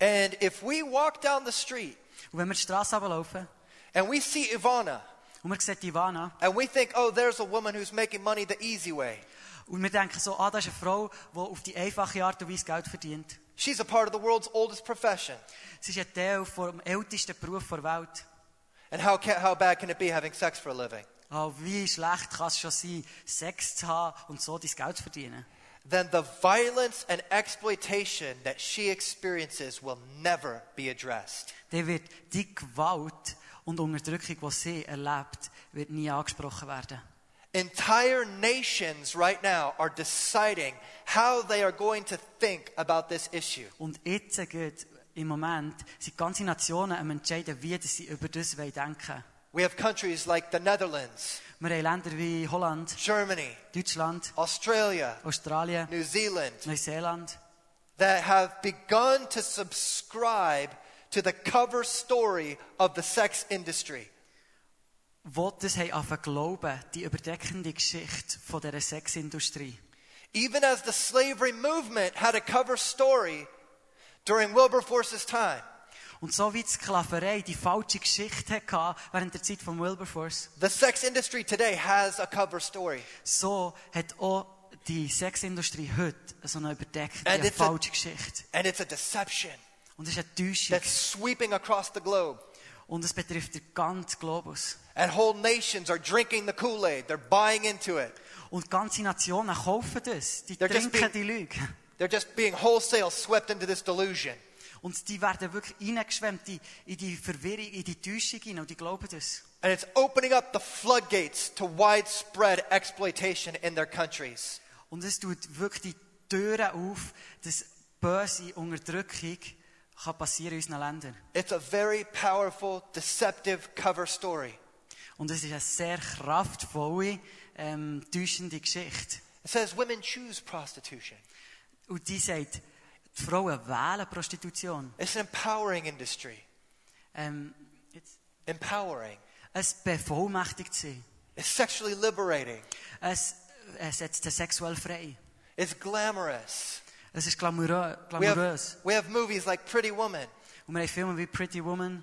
Speaker 2: And if we walk down the street
Speaker 1: Und wenn wir die Straße runterlaufen
Speaker 2: and we see Ivana
Speaker 1: und wir sehen Ivana,
Speaker 2: and we think, oh, there's a woman who's making money the easy way,
Speaker 1: Und wir denken so, ah, das ist eine Frau, die auf die einfache Art und Weise Geld verdient.
Speaker 2: she's a part of the world's oldest profession.
Speaker 1: Sie ist ein Teil vom ältesten Beruf der Welt.
Speaker 2: And how, ca- how bad can it be having sex for a living?
Speaker 1: Ah, wie schlecht kann es schon sein, Sex zu haben und so dein Geld zu verdienen?
Speaker 2: Then the violence and exploitation that she experiences will never be addressed.
Speaker 1: Dann wird die Gewalt und Unterdrückung, die sie erlebt, wird nie angesprochen werden.
Speaker 2: Entire nations right now are deciding how they are going to think about this issue.
Speaker 1: Und jetzt geht im Moment sind ganze Nationen am entscheiden, wie dass sie über das wollen denken
Speaker 2: We have countries like the Netherlands,
Speaker 1: Wir haben Länder wie Holland,
Speaker 2: Germany,
Speaker 1: Deutschland,
Speaker 2: Australia,
Speaker 1: Australien,
Speaker 2: New Zealand
Speaker 1: Neuseeland.
Speaker 2: that have begun to subscribe to the cover story of the sex industry.
Speaker 1: wo das haben angefangen zu glauben, die überdeckende Geschichte von dieser Sexindustrie.
Speaker 2: Even as the slavery movement had a cover story during Wilberforce's time,
Speaker 1: Und so wie die Sklaverei die falsche Geschichte hatte während der Zeit von Wilberforce,
Speaker 2: the sex industry today has a cover story.
Speaker 1: so hat auch die Sexindustrie heute so eine überdeckte,
Speaker 2: And
Speaker 1: eine
Speaker 2: it's a-
Speaker 1: falsche Geschichte.
Speaker 2: And it's a deception
Speaker 1: Und es ist eine Täuschung.
Speaker 2: that's sweeping across the globe.
Speaker 1: Und es betrifft den ganzen Globus.
Speaker 2: And whole nations are drinking the Kool Aid. They're buying into it.
Speaker 1: Und ganze Nationen kaufen das. dus. Die
Speaker 2: They're just
Speaker 1: trinken die Lüge.
Speaker 2: They're just being wholesale swept into this delusion.
Speaker 1: Und die werden wirklich reingeschwemmt in in die Verwirrung, in die Täuschung hinein. Und die dus. glauben das.
Speaker 2: And it's opening up the floodgates to widespread exploitation in their countries.
Speaker 1: Und es tut wirklich die Türen auf, dass böse Unterdrückung kann passieren in unseren Ländern.
Speaker 2: It's a very powerful, deceptive cover story.
Speaker 1: Und es ist eine sehr kraftvolle, ähm, täuschende Geschichte.
Speaker 2: It says women choose prostitution.
Speaker 1: Und die sagt, die Frauen wählen Prostitution.
Speaker 2: It's an empowering industry.
Speaker 1: Ähm, jetzt,
Speaker 2: Empowering.
Speaker 1: es bevollmächtigt sie.
Speaker 2: It's sexually liberating.
Speaker 1: Es, es setzt sie sexuell frei.
Speaker 2: It's glamorous.
Speaker 1: Es ist glamourö
Speaker 2: We have,
Speaker 1: glamourös.
Speaker 2: we have movies like Pretty Woman.
Speaker 1: Und wir haben Filme wie Pretty Woman.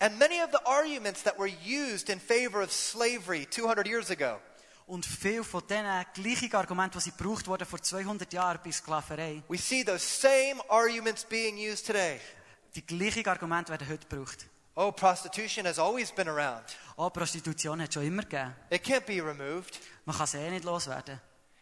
Speaker 2: And many of the arguments that were used in favor of slavery 200 years ago
Speaker 1: Und viele von diesen gleichen Argumenten, die sie gebraucht wurden vor 200 Jahren bei Sklaverei,
Speaker 2: We see those same arguments being used today.
Speaker 1: die gleichen Argumente werden heute gebraucht.
Speaker 2: Oh, prostitution has always been around.
Speaker 1: Oh, Prostitution hat es schon immer gegeben.
Speaker 2: It can't be removed.
Speaker 1: Man kann sie eh nicht loswerden.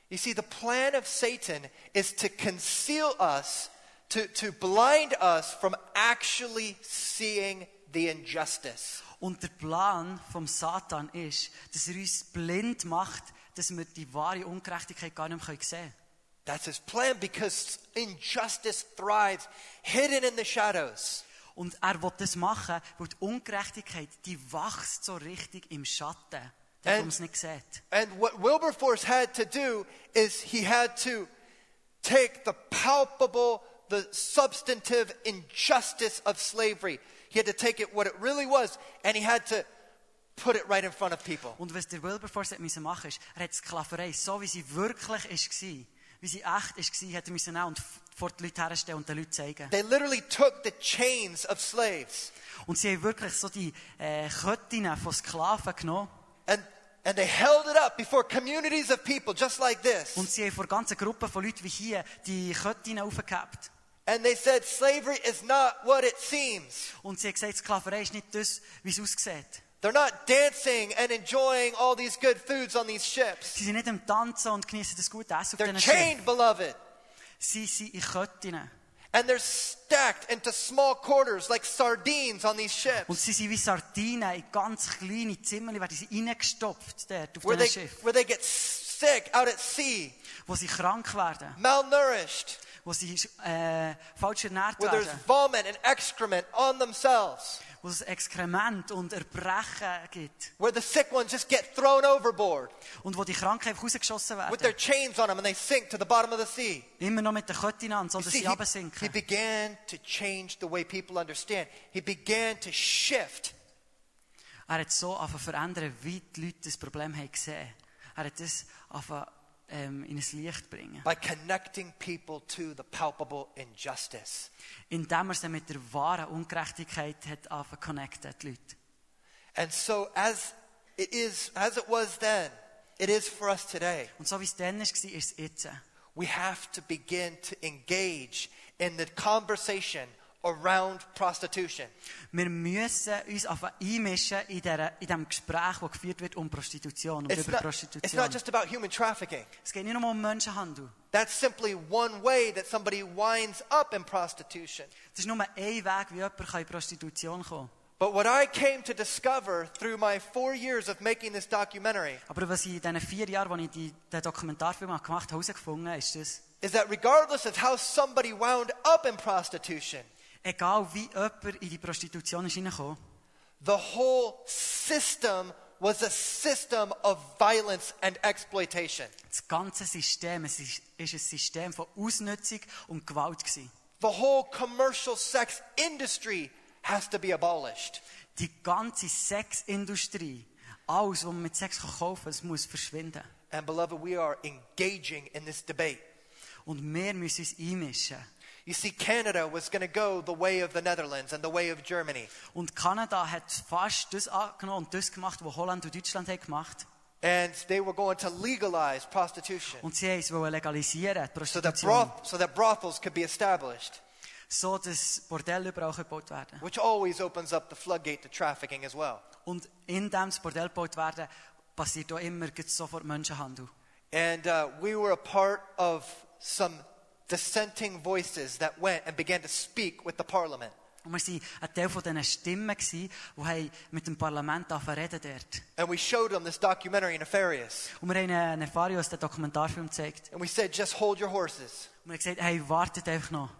Speaker 2: You see, the plan of Satan is to conceal us, to, to blind us from actually seeing the injustice.
Speaker 1: Und der Plan vom Satan ist, dass er uns blind macht, dass wir die wahre Ungerechtigkeit gar nicht mehr sehen können.
Speaker 2: That's his plan because injustice thrives hidden in the shadows.
Speaker 1: Und er will das machen, weil die Ungerechtigkeit, die wächst so richtig im Schatten, der
Speaker 2: Äh.
Speaker 1: man es nicht sieht.
Speaker 2: And what Wilberforce had to do is he had to take the palpable, the substantive injustice of slavery. He had to take it what it really was, and he had to put it right in front of people.
Speaker 1: Und was der Wilberforce hat müssen machen ist, er hat die Sklaverei, so wie sie wirklich ist, war, wie sie echt war, hat er müssen nehmen und f- vor die Leute herstellen und den Leuten zeigen.
Speaker 2: They literally took the chains of slaves
Speaker 1: Und sie haben wirklich so die äh, Köttinnen von Sklaven genommen
Speaker 2: and, and they held it up before communities of people just like
Speaker 1: und
Speaker 2: this.
Speaker 1: sie haben vor ganzen Gruppen von Leuten wie hier die Köttinnen aufgehabt.
Speaker 2: And they said, slavery is not what it seems.
Speaker 1: Und sie haben gesagt, Sklaverei ist nicht das, wie es aussieht.
Speaker 2: They're not dancing and enjoying all these good foods on these ships.
Speaker 1: Sie sind nicht am Tanzen und genießen das gute Essen auf
Speaker 2: They're
Speaker 1: diesen Schiffen.
Speaker 2: chained, beloved.
Speaker 1: Sie sind in Köttinnen.
Speaker 2: And they're stacked into small quarters like sardines on these
Speaker 1: Und
Speaker 2: ships.
Speaker 1: sie sind wie Sardinen in ganz kleine Zimmer, werden sie reingestopft dort auf
Speaker 2: Where
Speaker 1: diesen
Speaker 2: they,
Speaker 1: Schiff.
Speaker 2: where they get sick out at sea,
Speaker 1: Wo sie krank werden,
Speaker 2: malnourished,
Speaker 1: wo sie äh, falsch ernährt
Speaker 2: where there's
Speaker 1: werden,
Speaker 2: vomit and excrement on themselves,
Speaker 1: wo es Exkrement und Erbrechen gibt.
Speaker 2: where the sick ones just get thrown overboard
Speaker 1: Und wo die Kranken einfach rausgeschossen
Speaker 2: with their
Speaker 1: werden.
Speaker 2: chains on them and they sink to the bottom of the sea.
Speaker 1: Immer noch mit den Köttinnen an,
Speaker 2: You
Speaker 1: sondern
Speaker 2: see,
Speaker 1: sie
Speaker 2: he, he
Speaker 1: runtersinken.
Speaker 2: began to change the way people understand. He began to shift.
Speaker 1: Er hat so angefangen zu verändern, wie die Leute das Problem haben gesehen. Er hat das angefangen, ähm, in ein Licht bringen.
Speaker 2: by connecting people to the palpable injustice.
Speaker 1: Indem er sie mit der wahren Ungerechtigkeit hat angefangen zu connecten, die Leute.
Speaker 2: And so as it is as it was then, it is for us today.
Speaker 1: Und so wie es dann war, ist es jetzt.
Speaker 2: We have to begin to engage in the conversation around prostitution.
Speaker 1: Wir müssen uns anfangen einmischen in, dieser, in dem Gespräch, das geführt wird um Prostitution und
Speaker 2: It's
Speaker 1: über
Speaker 2: not, it's
Speaker 1: Prostitution.
Speaker 2: not just about human trafficking.
Speaker 1: Es geht nicht nur um Menschenhandel.
Speaker 2: That's simply one way that somebody winds up in prostitution.
Speaker 1: Es ist nur ein Weg, wie jemand kann in Prostitution kommen kann.
Speaker 2: But what I came to discover through my four years of making this documentary
Speaker 1: Aber was ich in diesen vier Jahren, als ich die, den Dokumentarfilm gemacht habe, herausgefunden habe, ist das,
Speaker 2: is that regardless of how somebody wound up in prostitution,
Speaker 1: egal wie jemand in die Prostitution ist reingekommen,
Speaker 2: The whole system was a system of violence and exploitation.
Speaker 1: das ganze System, es ist, ist ein System von Ausnutzung und Gewalt gewesen.
Speaker 2: The whole commercial sex industry has to be abolished.
Speaker 1: Die ganze Sexindustrie, alles, was man mit Sex kann kaufen kann, das muss verschwinden.
Speaker 2: And beloved, we are engaging in this debate.
Speaker 1: Und wir müssen uns einmischen.
Speaker 2: You see, Canada was going to go the way of the Netherlands and the way of Germany.
Speaker 1: Und Kanada hat fast das angenommen und das gemacht, was Holland und Deutschland haben gemacht
Speaker 2: And they were going to legalize prostitution
Speaker 1: Und sie haben es wollen legalisieren, die
Speaker 2: so that,
Speaker 1: Prostitution.
Speaker 2: broth- so that brothels could be established,
Speaker 1: So, dass Bordelle überall gebaut werden.
Speaker 2: which always opens up the floodgate to trafficking as well.
Speaker 1: Und indem das Bordell gebaut werden, passiert auch immer gleich sofort Menschenhandel.
Speaker 2: And uh, we were a part of some dissenting voices that went and began to speak with the parliament.
Speaker 1: Und wir waren ein Teil von diesen Stimmen, gewesen, die haben mit dem Parlament angefangen zu reden dort.
Speaker 2: And we showed them this documentary, Nefarious.
Speaker 1: Und wir haben einen Nefarius den Dokumentarfilm gezeigt.
Speaker 2: And we said, just hold your horses.
Speaker 1: Und wir haben gesagt, hey, wartet einfach noch.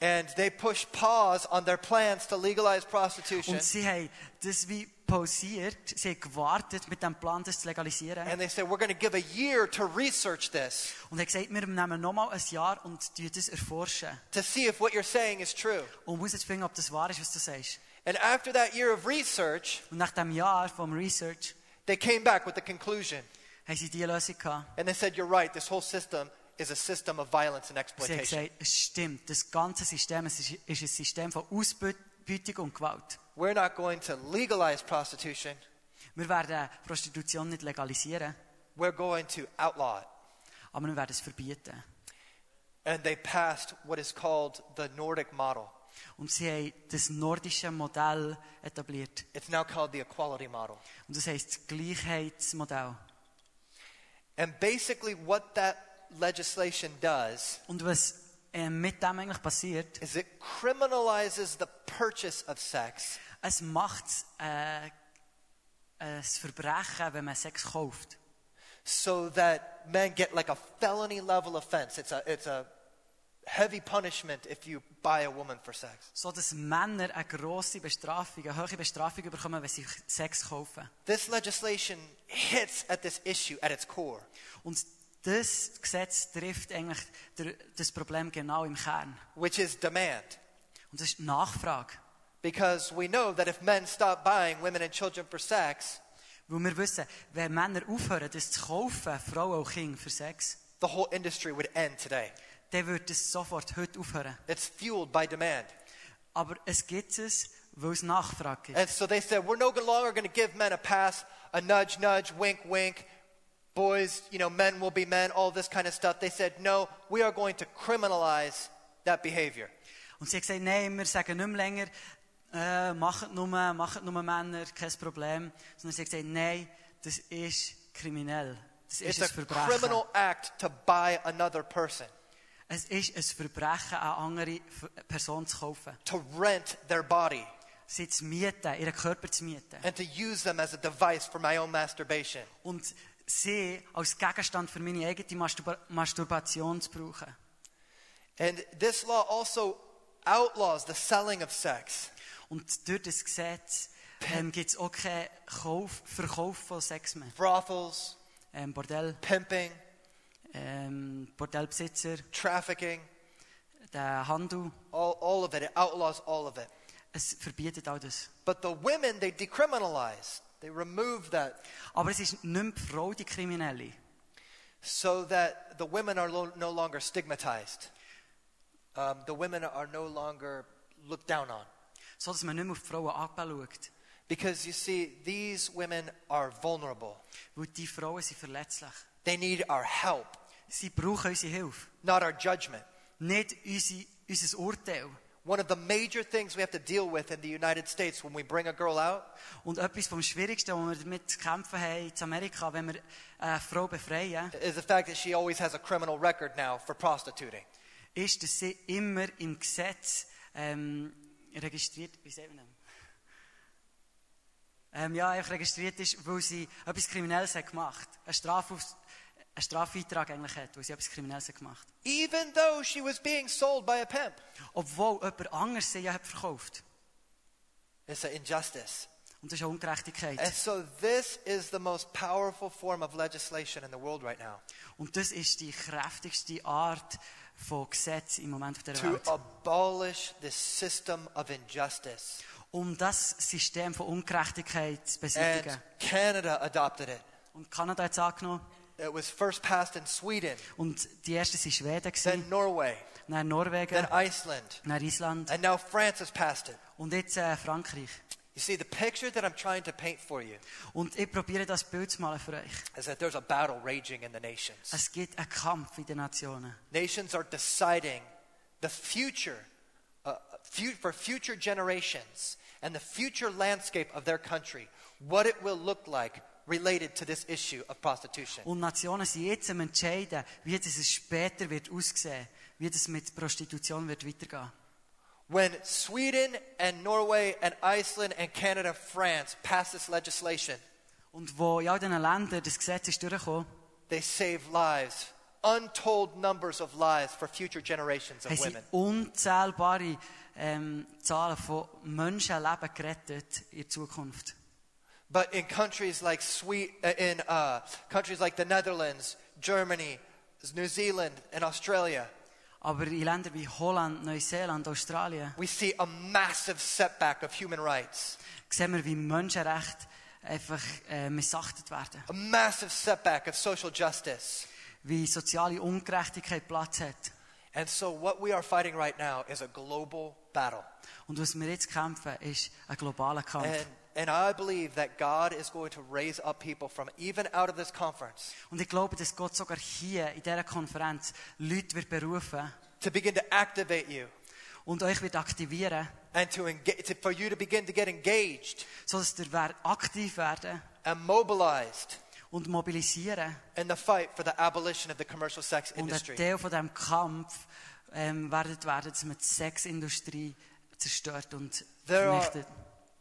Speaker 2: And they pushed pause on their plans to legalize prostitution.
Speaker 1: Und sie haben das wie pausiert. Sie haben gewartet mit dem Plan, das zu legalisieren.
Speaker 2: And they said, We're going to give a year to research this
Speaker 1: Und er hat gesagt, wir nehmen nochmal ein Jahr und tun das erforschen,
Speaker 2: to see if what you're saying is true.
Speaker 1: um herauszufinden, ob das wahr ist, was du sagst.
Speaker 2: And after that year of research,
Speaker 1: Und nach dem Jahr vom Research
Speaker 2: they came back with the conclusion.
Speaker 1: haben sie diese Lösung gehabt.
Speaker 2: And they said, You're right, this whole system is a system of violence
Speaker 1: Sie
Speaker 2: and
Speaker 1: haben
Speaker 2: exploitation.
Speaker 1: gesagt, es stimmt, das ganze System es ist, ist ein System von Ausbeutung und Gewalt.
Speaker 2: We're not going to legalize prostitution,
Speaker 1: Wir werden Prostitution nicht legalisieren,
Speaker 2: we're going to outlaw it.
Speaker 1: aber wir werden es verbieten.
Speaker 2: And they passed what is called the Nordic model.
Speaker 1: Und sie haben das nordische Modell etabliert.
Speaker 2: It's now called the equality model.
Speaker 1: Und das heisst das Gleichheitsmodell.
Speaker 2: And basically, what that legislation does
Speaker 1: Und was ähm, mit dem eigentlich passiert,
Speaker 2: is it criminalizes the purchase of sex
Speaker 1: es macht äh, ein Verbrechen, wenn man Sex kauft.
Speaker 2: so that men get like a felony level offense. It's a, it's a heavy punishment if you buy a woman for sex.
Speaker 1: So dass Männer eine grosse Bestrafung, eine hohe Bestrafung bekommen, wenn sie Sex kaufen.
Speaker 2: This legislation hits at this issue at its core.
Speaker 1: Und das Gesetz trifft eigentlich der, das Problem genau im Kern.
Speaker 2: which is demand.
Speaker 1: Und das ist die Nachfrage.
Speaker 2: Because we know that if men stop buying women and children for sex,
Speaker 1: Weil wir wissen, wenn Männer aufhören, das zu kaufen, Frauen und Kinder für Sex,
Speaker 2: the whole industry would end today.
Speaker 1: dann würde das sofort heute aufhören.
Speaker 2: It's fueled by demand.
Speaker 1: Aber es gibt es, weil es Nachfrage gibt.
Speaker 2: And so they said, we're no longer going to give men a pass, a nudge, nudge, wink, wink. Boys, you know, men will be men, all this kind of stuff. They said, no, we are going to criminalize that behavior.
Speaker 1: Und sie haben gesagt, nein, wir sagen nicht mehr länger, äh, macht nur, macht nur Männer, kein Problem. Sondern sie haben gesagt, nein, das ist kriminell. Das ist
Speaker 2: It's
Speaker 1: ein
Speaker 2: a
Speaker 1: Verbrechen.
Speaker 2: criminal act to buy another person,
Speaker 1: Es ist ein Verbrechen, eine andere F- Person zu kaufen.
Speaker 2: to rent their body,
Speaker 1: Sie zu mieten, ihren Körper zu mieten.
Speaker 2: and to use them as a device for my own masturbation.
Speaker 1: Und sie als Gegenstand für meine eigene Masturba Masturbation zu brauchen.
Speaker 2: And this law also outlaws the selling of sex.
Speaker 1: Und durch das Gesetz ähm, gibt es auch keinen Kauf, Verkauf von Sex mehr.
Speaker 2: Brothels,
Speaker 1: Ähm, Bordell,
Speaker 2: pimping,
Speaker 1: ähm, Bordellbesitzer,
Speaker 2: trafficking,
Speaker 1: der Handel,
Speaker 2: all, all of it. It outlaws all of it.
Speaker 1: es verbietet all das.
Speaker 2: But the women, they decriminalize. They remove that
Speaker 1: Aber es ist nicht mehr die Frau, die Kriminelle.
Speaker 2: so that the women are lo- no longer stigmatized. Um, the women are no longer looked down on.
Speaker 1: So dass man nicht mehr auf die Frauen anschaut.
Speaker 2: Because you see, these women are vulnerable.
Speaker 1: Weil die Frauen sind verletzlich.
Speaker 2: They need our help,
Speaker 1: Sie brauchen unsere Hilfe.
Speaker 2: not our judgment.
Speaker 1: Nicht unsere, unser Urteil.
Speaker 2: One of the major things we have to deal with in the United States when we bring a girl out
Speaker 1: Und etwas vom Schwierigsten, was wir damit zu kämpfen haben in Amerika, wenn wir eine Frau befreien,
Speaker 2: is the fact that she always has a criminal record now for prostituting.
Speaker 1: ist, dass sie immer im Gesetz ähm, registriert, wie sagt man das? Ähm, ja, einfach registriert ist, weil sie etwas Kriminelles hat gemacht hat. Einen, Strafaus- einen Strafeintrag eigentlich hat, weil sie etwas Kriminelles hat gemacht hat.
Speaker 2: Even though she was being sold by a pimp.
Speaker 1: Obwohl jemand anderes sie ja hat verkauft.
Speaker 2: It's an injustice.
Speaker 1: Und das ist eine Ungerechtigkeit.
Speaker 2: And so this is the most powerful form of legislation in the world right now.
Speaker 1: Und das ist die kräftigste Art von Gesetz im Moment auf der
Speaker 2: To
Speaker 1: Welt.
Speaker 2: abolish this system of injustice.
Speaker 1: Um das System von Ungerechtigkeit zu
Speaker 2: And
Speaker 1: beseitigen.
Speaker 2: Canada adopted it.
Speaker 1: Und Kanada hat es angenommen.
Speaker 2: It was first passed in Sweden,
Speaker 1: Und die ersten waren Schweden,
Speaker 2: then
Speaker 1: gewesen,
Speaker 2: Norway,
Speaker 1: dann Norwegen,
Speaker 2: then Iceland,
Speaker 1: dann Island
Speaker 2: and now France has passed it.
Speaker 1: und jetzt äh, Frankreich.
Speaker 2: You see, the picture that I'm trying to paint for you
Speaker 1: Und ich probiere das Bild zu malen für euch.
Speaker 2: is that there's a battle raging in the nations.
Speaker 1: Es gibt einen Kampf in den Nationen.
Speaker 2: Nations are deciding the future uh, fu- for future generations and the future landscape of their country, what it will look like related to this issue of prostitution.
Speaker 1: Und Nationen sind jetzt am Entscheiden, wie das es später wird aussehen wie das mit Prostitution wird weitergehen
Speaker 2: When Sweden and Norway and Iceland and Canada, France passed this legislation,
Speaker 1: Und wo in all diesen Ländern das Gesetz ist durchgekommen,
Speaker 2: they saved lives, untold numbers of lives for future generations
Speaker 1: haben
Speaker 2: of
Speaker 1: sie
Speaker 2: women.
Speaker 1: unzählbare ähm, Zahlen von Menschenleben gerettet in der Zukunft.
Speaker 2: But in countries like Sweet, uh, in uh, countries like the Netherlands, Germany, New Zealand, and Australia,
Speaker 1: Aber in Ländern wie Holland, Neuseeland, Australien
Speaker 2: we see a massive setback of human rights,
Speaker 1: sehen wir, wie Menschenrechte einfach äh, missachtet werden.
Speaker 2: a massive setback of social justice.
Speaker 1: Wie soziale Ungerechtigkeit Platz hat.
Speaker 2: And so, what we are fighting right now is a global battle.
Speaker 1: Und was wir jetzt kämpfen, ist ein globaler Kampf.
Speaker 2: And, and I believe that God is going to raise up people from even out of this conference
Speaker 1: Und ich glaube, dass Gott sogar hier in dieser Konferenz Leute wird berufen
Speaker 2: to begin to activate you
Speaker 1: und euch wird aktivieren,
Speaker 2: and to engage, to, for you to begin to get engaged
Speaker 1: sodass ihr wer- aktiv werden
Speaker 2: and mobilized
Speaker 1: und mobilisieren
Speaker 2: in the fight for the abolition of the commercial sex
Speaker 1: und
Speaker 2: industry.
Speaker 1: ein Teil von diesem Kampf ähm, werdet werden, dass man die Sexindustrie zerstört und
Speaker 2: There are-
Speaker 1: vernichtet.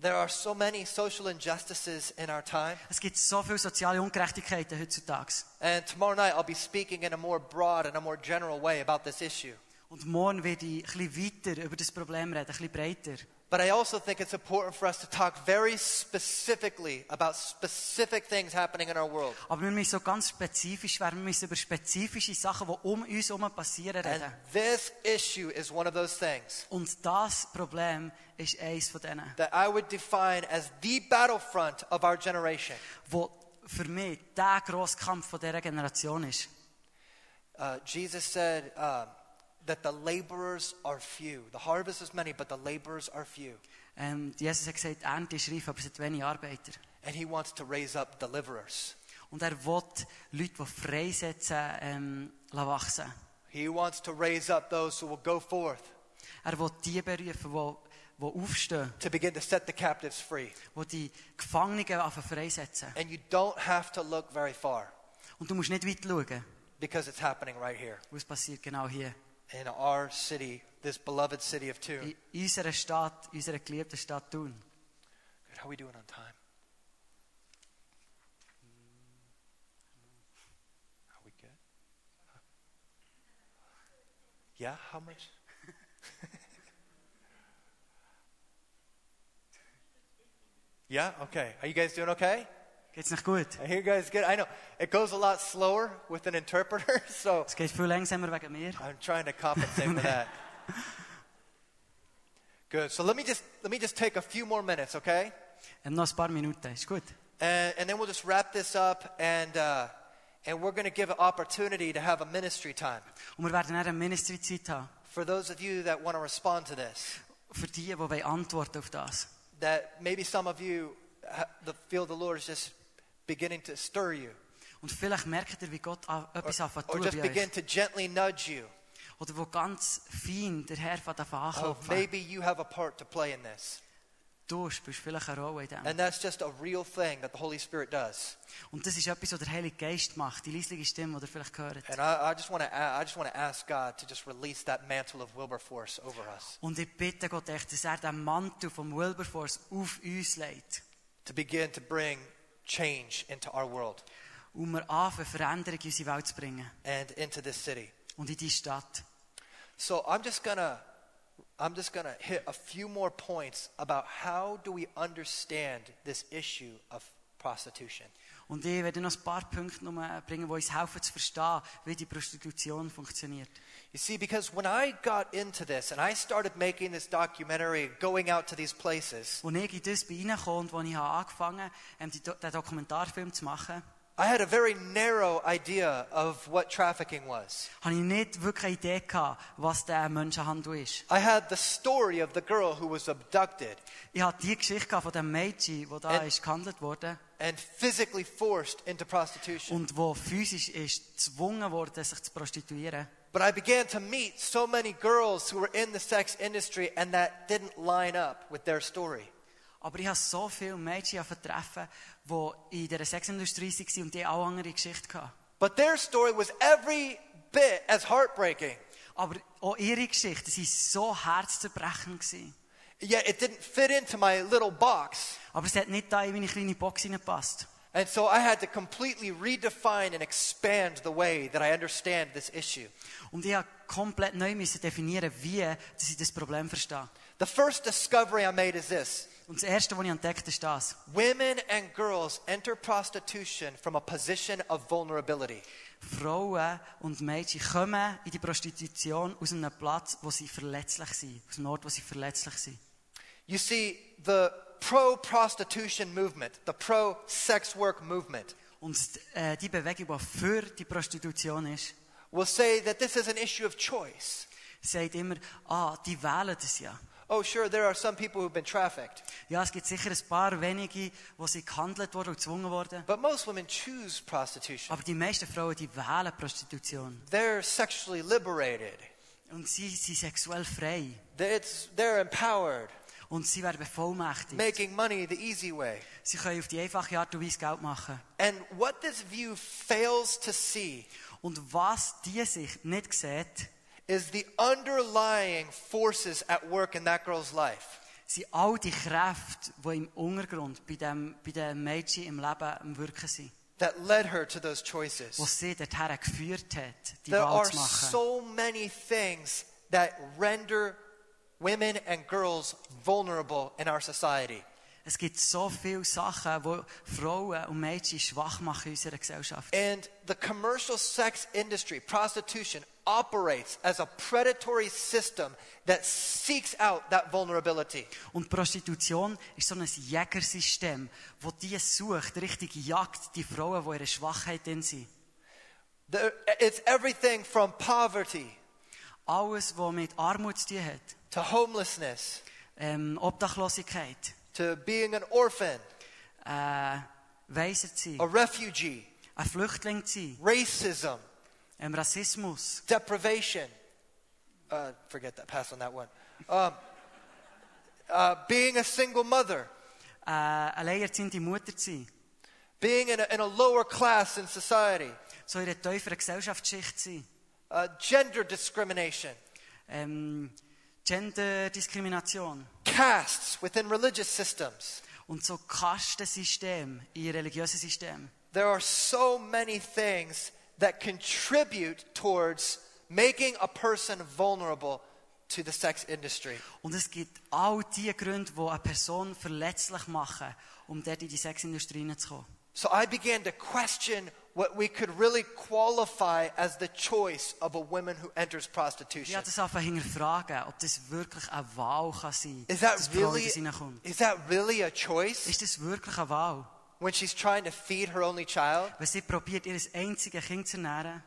Speaker 2: There are so many social injustices in our time.
Speaker 1: Es gibt so viele soziale Ungerechtigkeiten heutzutage.
Speaker 2: And tomorrow night, I'll be speaking in a more broad and a more general way about this issue.
Speaker 1: Und morgen werde ich ein bisschen weiter über das Problem reden, ein bisschen breiter.
Speaker 2: But I also think it's important for us to talk very specifically about specific things happening in our world.
Speaker 1: Aber wir müssen so ganz spezifisch werden, wir müssen über spezifische Sachen, die um uns herum passieren,
Speaker 2: And
Speaker 1: reden.
Speaker 2: this issue is one of those things
Speaker 1: Und das Problem ist eines von denen,
Speaker 2: that I would define as the battlefront of our generation.
Speaker 1: wo für mich der grosse Kampf von dieser Generation ist.
Speaker 2: Uh, Jesus said um, that the laborers are few. The harvest is many, but the laborers are few.
Speaker 1: Ähm, Jesus hat gesagt, die Ernte ist reif, aber es hat wenig Arbeiter.
Speaker 2: And he wants to raise up deliverers.
Speaker 1: Und er will Leute, die freisetzen, ähm, lassen wachsen.
Speaker 2: He wants to raise up those who will go forth
Speaker 1: Er will die berufen, die, die aufstehen,
Speaker 2: to begin to set the captives free.
Speaker 1: die die Gefangenen anfangen freisetzen.
Speaker 2: And you don't have to look very far
Speaker 1: Und du musst nicht weit schauen,
Speaker 2: because it's happening right here
Speaker 1: was passiert genau hier.
Speaker 2: in our city, this beloved city of Tune.
Speaker 1: In unserer Stadt, in unserer geliebten Stadt Thun.
Speaker 2: Good, how are we doing on time? Are we good? Yeah, how much? yeah, okay. Are you guys doing okay?
Speaker 1: Geht's nicht gut?
Speaker 2: I hear you guys good. I know it goes a lot slower with an interpreter, so
Speaker 1: Es geht viel langsamer wegen mir.
Speaker 2: I'm trying to compensate for that. Good. So let me just let me just take a few more minutes, okay?
Speaker 1: Ähm, noch ein paar Minuten, ist gut.
Speaker 2: And, and then we'll just wrap this up, and, uh, and we're going to give an opportunity to have a ministry time.
Speaker 1: Und wir werden dann eine Ministry-Zeit haben.
Speaker 2: For those of you that want to respond to this,
Speaker 1: Für die, die wollen antworten auf das.
Speaker 2: that maybe some of you ha- the, feel the Lord is just beginning to stir you,
Speaker 1: Und vielleicht merkt ihr, wie Gott an- etwas anfängt
Speaker 2: or
Speaker 1: zu
Speaker 2: Oh, just
Speaker 1: tun bei
Speaker 2: begin
Speaker 1: euch.
Speaker 2: to gently nudge you.
Speaker 1: Oder wo ganz fein der Herr von davon
Speaker 2: Oh,
Speaker 1: anklopfen.
Speaker 2: maybe you have a part to play in this.
Speaker 1: Du spielst vielleicht eine Rolle in dem.
Speaker 2: And that's just a real thing that the Holy Spirit does.
Speaker 1: Und das ist etwas, was der Heilige Geist macht. Die leisliche Stimme, die ihr vielleicht hört.
Speaker 2: And I, I just want to I just want to ask God to just release that mantle of Wilberforce over us
Speaker 1: Und ich bitte Gott echt, dass er den Mantel vom Wilberforce auf uns legt.
Speaker 2: to begin to bring change into our world
Speaker 1: Um wir anfangen, Veränderung in unsere Welt zu bringen.
Speaker 2: and into this city.
Speaker 1: Und in die Stadt.
Speaker 2: So I'm just gonna I'm just gonna hit a few more points about how do we understand this issue of prostitution.
Speaker 1: Und ich werde noch ein paar Punkte nur bringen, die uns helfen zu verstehen, wie die Prostitution funktioniert.
Speaker 2: You see, because when I got into this and I started making this documentary, going out to these places,
Speaker 1: Als ich in das bin reingekommen und als ich habe angefangen ähm, habe, diesen Dokumentarfilm zu machen,
Speaker 2: I had a very narrow idea of what trafficking was.
Speaker 1: hatte ich nicht wirklich eine Idee, gehabt, was der Menschenhandel ist.
Speaker 2: I had the story of the girl who was abducted
Speaker 1: Ich hatte die Geschichte gehabt von dem Mädchen, die da
Speaker 2: Ä-
Speaker 1: ist gehandelt wurde
Speaker 2: and physically forced into prostitution.
Speaker 1: und die physisch ist gezwungen wurde, sich zu prostituieren.
Speaker 2: But I began to meet so many girls who were in the sex industry and that didn't line up with their story.
Speaker 1: Aber ich habe so viele Mädchen vertreffen, die in dieser Sexindustrie waren und die auch andere Geschichte hatten.
Speaker 2: But their story was every bit as heartbreaking.
Speaker 1: Aber auch ihre Geschichten waren so herzzerbrechend. Gewesen.
Speaker 2: Yet it didn't fit into my little box.
Speaker 1: Aber es hat nicht da in meine kleine Box hineingepasst.
Speaker 2: And so I had to completely redefine and expand the way that I understand this issue.
Speaker 1: Und ich musste komplett neu müssen definieren, wie dass ich das Problem verstehe.
Speaker 2: The first discovery I made is this
Speaker 1: Und Und das Erste, was ich entdeckt habe, ist das.
Speaker 2: Women and girls enter prostitution from a position of vulnerability.
Speaker 1: Frauen und Mädchen kommen in die Prostitution aus einem Platz, wo sie verletzlich sind. Aus einem Ort, wo sie verletzlich sind.
Speaker 2: You see, the pro prostitution movement, the pro sex work movement,
Speaker 1: Und äh, die Bewegung, die für die Prostitution ist,
Speaker 2: will say that this is an issue of choice.
Speaker 1: sagt immer, ah, die wählen das ja.
Speaker 2: Oh, sure, there are some people who've been trafficked,
Speaker 1: Ja, es gibt sicher ein paar wenige, die sind gehandelt worden und gezwungen worden.
Speaker 2: but most women choose prostitution.
Speaker 1: Aber die meisten Frauen, die wählen Prostitution.
Speaker 2: They're sexually liberated,
Speaker 1: Und sie sind sexuell frei.
Speaker 2: They- it's, they're empowered,
Speaker 1: Und sie werden bevollmächtigt.
Speaker 2: making money the easy way.
Speaker 1: Sie können auf die einfache Art und Weise Geld machen.
Speaker 2: And what this view fails to see
Speaker 1: Und was die sich nicht sieht,
Speaker 2: is the underlying forces at work in that girl's life.
Speaker 1: sind all die Kräfte, die im Untergrund bei dem, bei dem Mädchen im Leben am Wirken sind.
Speaker 2: that led her to those
Speaker 1: Was
Speaker 2: choices.
Speaker 1: sie dorthin geführt hat, die
Speaker 2: There
Speaker 1: Wahl
Speaker 2: are
Speaker 1: zu machen.
Speaker 2: so many things that render women and girls vulnerable in our society.
Speaker 1: Es gibt so viele Sachen, die Frauen und Mädchen schwach machen in unserer Gesellschaft.
Speaker 2: And the commercial sex industry, prostitution, operates as a predatory system that seeks out that vulnerability.
Speaker 1: Und Prostitution ist so ein Jägersystem, wo die sucht, richtig jagt die Frauen, die in ihrer Schwachheit drin sind.
Speaker 2: There- It's everything from poverty
Speaker 1: Alles, was mit Armut zu tun hat,
Speaker 2: to homelessness
Speaker 1: ähm, Obdachlosigkeit,
Speaker 2: to being an orphan,
Speaker 1: äh, Weiser zu
Speaker 2: a
Speaker 1: sein,
Speaker 2: refugee,
Speaker 1: ein Flüchtling zu sein,
Speaker 2: racism,
Speaker 1: ähm, Rassismus,
Speaker 2: deprivation. Uh, forget that. Pass on that one. Um, uh, being a single mother,
Speaker 1: äh, alleinerziehende Mutter zu sein,
Speaker 2: being in a, in a lower class in society,
Speaker 1: so in einer tieferen Gesellschaftsschicht zu sein,
Speaker 2: uh, gender discrimination,
Speaker 1: ähm, Genderdiskrimination.
Speaker 2: castes within religious systems.
Speaker 1: Und so Kastensystem, ihr religiöses System.
Speaker 2: There are so many things that contribute towards making a person vulnerable to the sex industry.
Speaker 1: Und es gibt all die Gründe, die eine Person verletzlich machen, um dort in die Sexindustrie hineinzukommen.
Speaker 2: So I began to question what we could really qualify as the choice of a woman who enters
Speaker 1: Ich
Speaker 2: prostitution.
Speaker 1: habe das einfach hinterfragen, ob das wirklich eine Wahl kann sein
Speaker 2: Is that
Speaker 1: dass die Frau in
Speaker 2: really
Speaker 1: das hineinkommt.
Speaker 2: is that really a choice
Speaker 1: Ist das wirklich eine Wahl?
Speaker 2: when she's trying to feed her only child?
Speaker 1: Wenn sie probiert, ihr einziges Kind zu ernähren,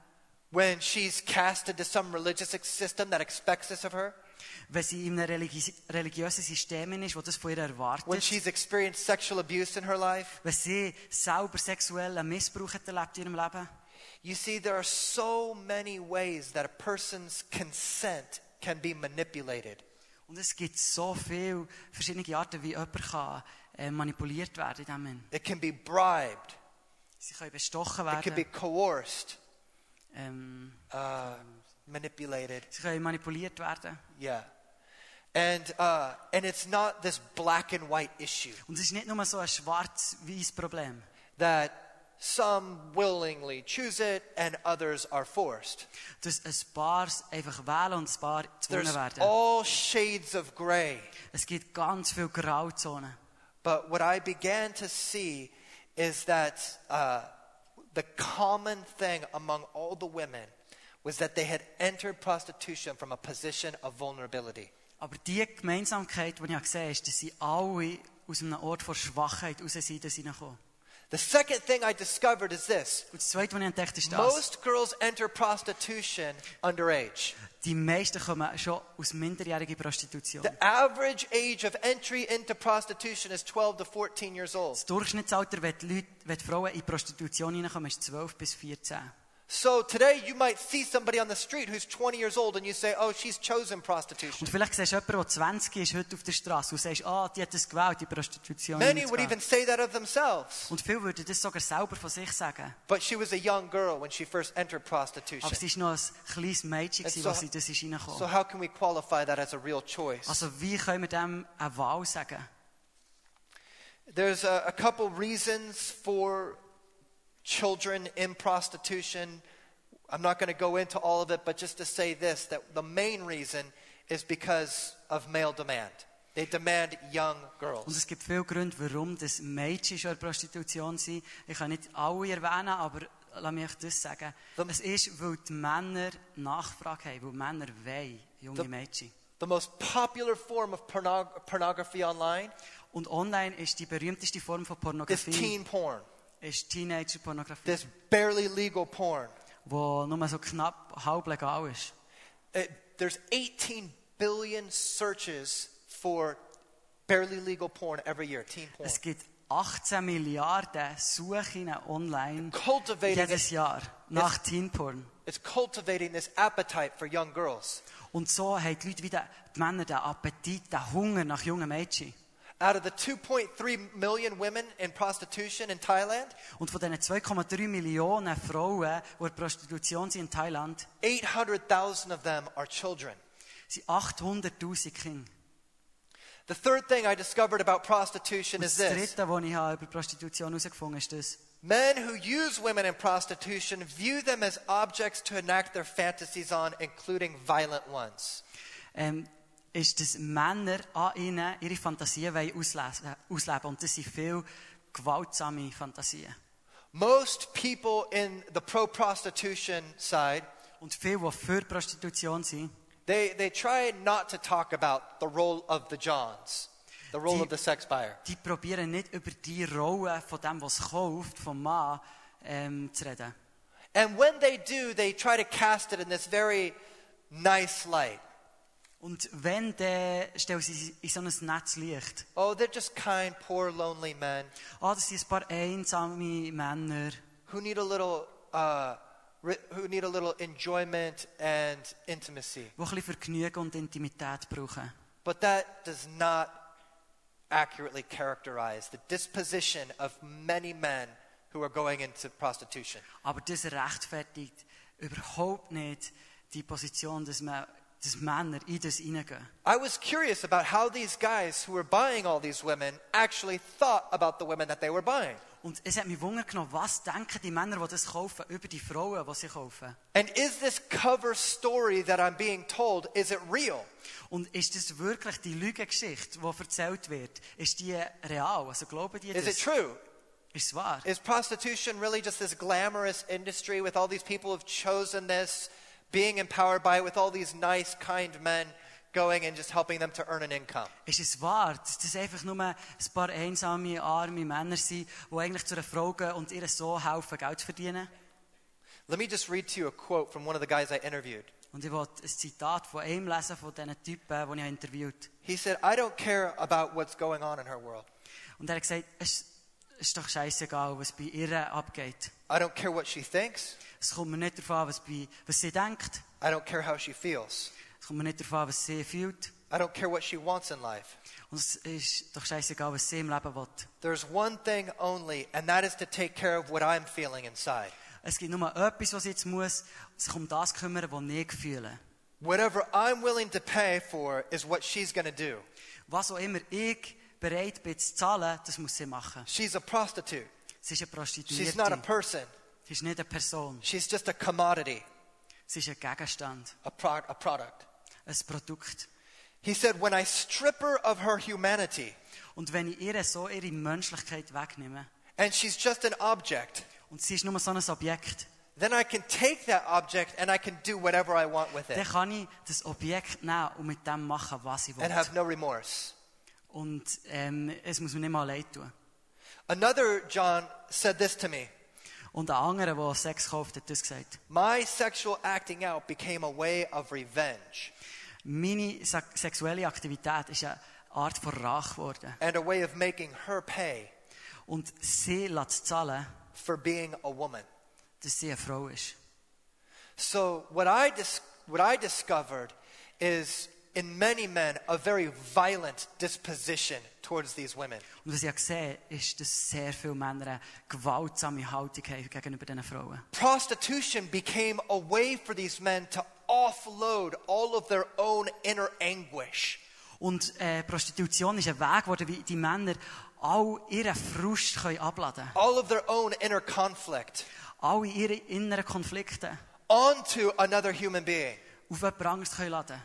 Speaker 2: When she's cast into some religious system that expects this of her?
Speaker 1: wenn sie in einem religi religiösen System ist, wo das von ihr
Speaker 2: When
Speaker 1: erwartet,
Speaker 2: she's experienced sexual abuse in her life?
Speaker 1: wenn sie selber sexuellen Missbrauch hat erlebt in ihrem Leben,
Speaker 2: You see, there are so many ways that a person's consent can be manipulated.
Speaker 1: Und es gibt so viele verschiedene Arten, wie jemand kann, äh, manipuliert werden in diesem Sinn.
Speaker 2: It can be bribed.
Speaker 1: Sie können bestochen
Speaker 2: It can be
Speaker 1: werden.
Speaker 2: coerced,
Speaker 1: Ähm,
Speaker 2: uh, manipulated.
Speaker 1: sie können manipuliert werden.
Speaker 2: Yeah. And, uh, and it's not this black and white issue.
Speaker 1: Und es ist nicht nur so ein schwarz weiß Problem,
Speaker 2: that some willingly choose it and others are forced.
Speaker 1: dass ein paar es einfach wählen und ein paar gezwungen
Speaker 2: There's
Speaker 1: werden.
Speaker 2: all shades of gray.
Speaker 1: Es gibt ganz viele Grauzonen.
Speaker 2: But what I began to see is that uh, the common thing among all the women was that they had entered prostitution from a position of vulnerability.
Speaker 1: Aber die Gemeinsamkeit, die ich gesehen habe, ist, dass sie alle aus einem Ort von Schwachheit raus sind, dass sie hineinkommen.
Speaker 2: The second thing I discovered is this
Speaker 1: Und das Zweite, was ich entdeckt habe, ist das.
Speaker 2: most girls enter prostitution underage.
Speaker 1: Die meisten kommen schon aus minderjähriger Prostitution.
Speaker 2: The average age of entry into prostitution is 12 to 14 years old.
Speaker 1: Das Durchschnittsalter, wenn, die Leute, wenn die Frauen in die Prostitution hineinkommen, ist 12 bis 14.
Speaker 2: So today you might see somebody on the street who's 20 years old and you say, oh, she's chosen
Speaker 1: Und
Speaker 2: prostitution.
Speaker 1: vielleicht siehst du jemanden, der 20 ist, heute auf der Straße und sagst, ah, die hat das gewählt, die Prostitution
Speaker 2: Many would
Speaker 1: hineinzugehen.
Speaker 2: even say that of themselves.
Speaker 1: Und viele würden das sogar selber von sich sagen.
Speaker 2: But she was a young girl when she first entered
Speaker 1: Aber
Speaker 2: prostitution.
Speaker 1: sie war noch ein kleines Mädchen,
Speaker 2: And
Speaker 1: gewesen,
Speaker 2: so-
Speaker 1: als sie das ist
Speaker 2: So
Speaker 1: hineingekommen
Speaker 2: how can we qualify that as a real choice?
Speaker 1: Also wie können wir dem eine Wahl sagen?
Speaker 2: There's a, a couple reasons for children in prostitution. I'm not going to go into all of it, but just to say this that the main reason is because of male demand. They demand young
Speaker 1: Und
Speaker 2: girls.
Speaker 1: es gibt viele Gründe, warum das Mädchen schon in der Prostitution sind. Ich kann nicht alle erwähnen, aber lass mich euch das sagen.
Speaker 2: The-
Speaker 1: es ist, weil die Männer Nachfrage haben, weil die Männer wollen, junge
Speaker 2: The-
Speaker 1: Mädchen.
Speaker 2: The most popular form of pornog- pornography online
Speaker 1: Und online ist die berühmteste Form von
Speaker 2: is
Speaker 1: Pornografie,
Speaker 2: teen porn,
Speaker 1: ist Teenager-Pornografie,
Speaker 2: this barely legal porn.
Speaker 1: wo nur so knapp halb legal ist.
Speaker 2: It- Uh, there's 18 billion searches for barely legal porn every year, teen porn.
Speaker 1: Es gibt 18 Milliarden Suchen online
Speaker 2: Cultivating
Speaker 1: jedes
Speaker 2: this,
Speaker 1: Jahr nach Teenporn.
Speaker 2: it's cultivating this appetite for young girls.
Speaker 1: Und so haben die Leute wieder, die Männer, den Appetit, den Hunger nach jungen Mädchen.
Speaker 2: Out of the 2.3 million women in prostitution in Thailand,
Speaker 1: Und von diesen 2,3 Millionen Frauen, die in der Prostitution sind in Thailand,
Speaker 2: 800,000 of them are children.
Speaker 1: sind 800.000 Kinder.
Speaker 2: The third thing I discovered about prostitution
Speaker 1: Und
Speaker 2: is
Speaker 1: das
Speaker 2: this
Speaker 1: Dritte, was ich habe über Prostitution herausgefunden habe, ist das.
Speaker 2: men who use women in prostitution view them as objects to enact their fantasies on, including violent ones.
Speaker 1: ähm, ist, dass Männer an ihnen ihre Fantasien wollen auslesen, ausleben Und das sind viel gewaltsame Fantasien.
Speaker 2: Most people in the pro prostitution side,
Speaker 1: Und viele, die für Prostitution sind,
Speaker 2: they, they try not to talk about the role of the Johns, the role
Speaker 1: Die-
Speaker 2: of the sex buyer.
Speaker 1: die probieren nicht über die Rolle von dem, was kauft, vom Mann, ähm, zu reden.
Speaker 2: And when they do, they try to cast it in this very nice light.
Speaker 1: Und wenn, dann stellen sie sie in so ein nettes Licht.
Speaker 2: Oh, they're just kind, poor, lonely men
Speaker 1: Ah, das sind ein paar einsame Männer,
Speaker 2: who need a little, uh, re- who need a little enjoyment and intimacy.
Speaker 1: die ein bisschen Vergnügen und Intimität brauchen.
Speaker 2: But that does not accurately characterize the disposition of many men who are going into prostitution.
Speaker 1: Aber das rechtfertigt überhaupt nicht die Position, dass, man, dass Männer in das hineingehen.
Speaker 2: I was curious about how these guys who were buying all these women actually thought about the women that they were buying.
Speaker 1: Und es hat mich wundern genommen, was denken die Männer, die das kaufen, über die Frauen, die sie kaufen?
Speaker 2: And is this cover story that I'm being told, is it real?
Speaker 1: Und ist das wirklich die Lügengeschichte, die erzählt wird? Ist die real? Also glauben die das?
Speaker 2: Is it true?
Speaker 1: Ist es wahr?
Speaker 2: Is prostitution really just this glamorous industry with all these people who've chosen this, being empowered by it, with all these nice, kind men going and just helping them to earn an income?
Speaker 1: Ist es wahr, dass das einfach nur ein paar einsame, arme Männer sind, die eigentlich zu einer Frau gehen und ihr so helfen, Geld zu verdienen?
Speaker 2: Let me just read to you a quote from one of the guys I interviewed.
Speaker 1: Und ich wollte ein Zitat von einem lesen, von diesen Typen, die ich interviewt habe.
Speaker 2: He said, I don't care about what's going on in her world.
Speaker 1: Und er hat gesagt, es ist doch scheißegal, was bei ihr abgeht.
Speaker 2: I don't care what she thinks.
Speaker 1: Es kommt mir nicht darauf an, was, bei, was sie denkt.
Speaker 2: I don't care how she feels.
Speaker 1: Es kommt mir nicht darauf an, was sie fühlt.
Speaker 2: I don't care what she wants in life.
Speaker 1: Und es ist doch scheißegal, was sie im Leben will.
Speaker 2: There's one thing only, and that is to take care of what I'm feeling inside.
Speaker 1: Es gibt nur etwas, was sie jetzt muss. Es kommt um das kümmern, was ich fühle.
Speaker 2: Whatever I'm willing to pay for is what she's going to do.
Speaker 1: Was auch immer ich bereit bin zu zahlen, das muss sie machen.
Speaker 2: She's a prostitute.
Speaker 1: Sie ist eine
Speaker 2: She's not
Speaker 1: Prostituierte.
Speaker 2: a person.
Speaker 1: Sie ist nicht eine Person.
Speaker 2: She's just a commodity,
Speaker 1: Sie ist ein Gegenstand.
Speaker 2: a, pro- a product.
Speaker 1: Ein Produkt.
Speaker 2: He said, When I strip her of her humanity,
Speaker 1: Und wenn ich ihr so ihre Menschlichkeit wegnehme,
Speaker 2: and she's just an object,
Speaker 1: und sie ist nur so ein Objekt,
Speaker 2: then I can take that object and I can do whatever I want with
Speaker 1: dann
Speaker 2: it
Speaker 1: kann ich das Objekt nehmen und mit dem machen, was ich
Speaker 2: and
Speaker 1: will.
Speaker 2: have no remorse.
Speaker 1: Und ähm, es muss mir nicht mal leid tun.
Speaker 2: Another John said this to me
Speaker 1: Und ein anderer, der Sex kauft, hat das gesagt.
Speaker 2: My sexual acting out became a way of revenge
Speaker 1: Meine se sexuelle Aktivität ist eine Art von Rache geworden.
Speaker 2: and a way of making her pay
Speaker 1: Und sie lässt zahlen,
Speaker 2: for being a woman.
Speaker 1: dass sie eine Frau ist.
Speaker 2: So, what I, dis- what I discovered is in many men a very violent disposition towards these women.
Speaker 1: Und was ich habe gesehen habe, ist, dass sehr viele Männer eine gewaltsame Haltung haben gegenüber diesen Frauen.
Speaker 2: Prostitution became a way for these men to offload all of their own inner anguish.
Speaker 1: Und äh, Prostitution ist ein Weg geworden, wie die Männer all ihren Frust können abladen können.
Speaker 2: all of their own inner conflict
Speaker 1: Alle ihre inneren Konflikte
Speaker 2: onto another human being
Speaker 1: auf jemand anderes können laden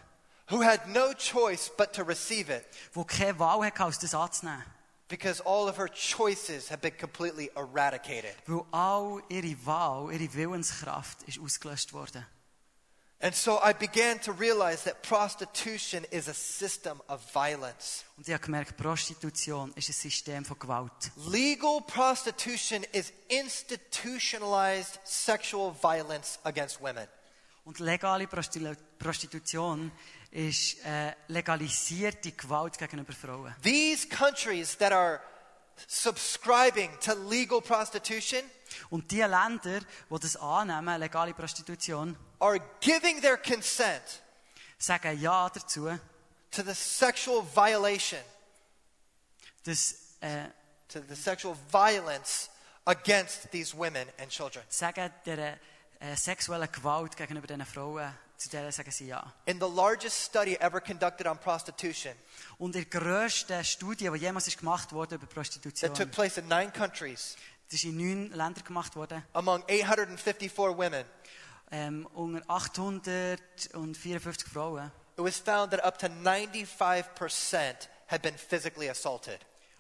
Speaker 2: who had no choice but to receive it
Speaker 1: die keine Wahl hatte, als das anzunehmen.
Speaker 2: because all of her choices have been completely eradicated.
Speaker 1: Weil all ihre Wahl, ihre Willenskraft ist ausgelöscht worden.
Speaker 2: And so I began to realize that prostitution is a system of violence.
Speaker 1: Und ich habe gemerkt, Prostitution ist ein System von Gewalt.
Speaker 2: Legal prostitution is institutionalized sexual violence against women.
Speaker 1: Und legale Prostitu- Prostitution ist äh, legalisierte Gewalt gegenüber Frauen.
Speaker 2: These countries that are subscribing to legal prostitution
Speaker 1: Und die Länder, die das annehmen, legale Prostitution,
Speaker 2: are giving their consent
Speaker 1: sagen Ja dazu,
Speaker 2: to the sexual violation,
Speaker 1: dass, äh,
Speaker 2: to the sexual violence against these women and children.
Speaker 1: sagen der äh, sexuellen Gewalt gegenüber diesen Frauen, zu denen sagen sie Ja.
Speaker 2: In the largest study ever conducted on prostitution
Speaker 1: Und in der grössten Studie, die jemals ist gemacht wurde über Prostitution,
Speaker 2: that took place in nine countries
Speaker 1: das ist in neun Ländern gemacht worden,
Speaker 2: among 854 women,
Speaker 1: ähm, unter 854 Frauen.
Speaker 2: it was found that up to 95% had been physically assaulted.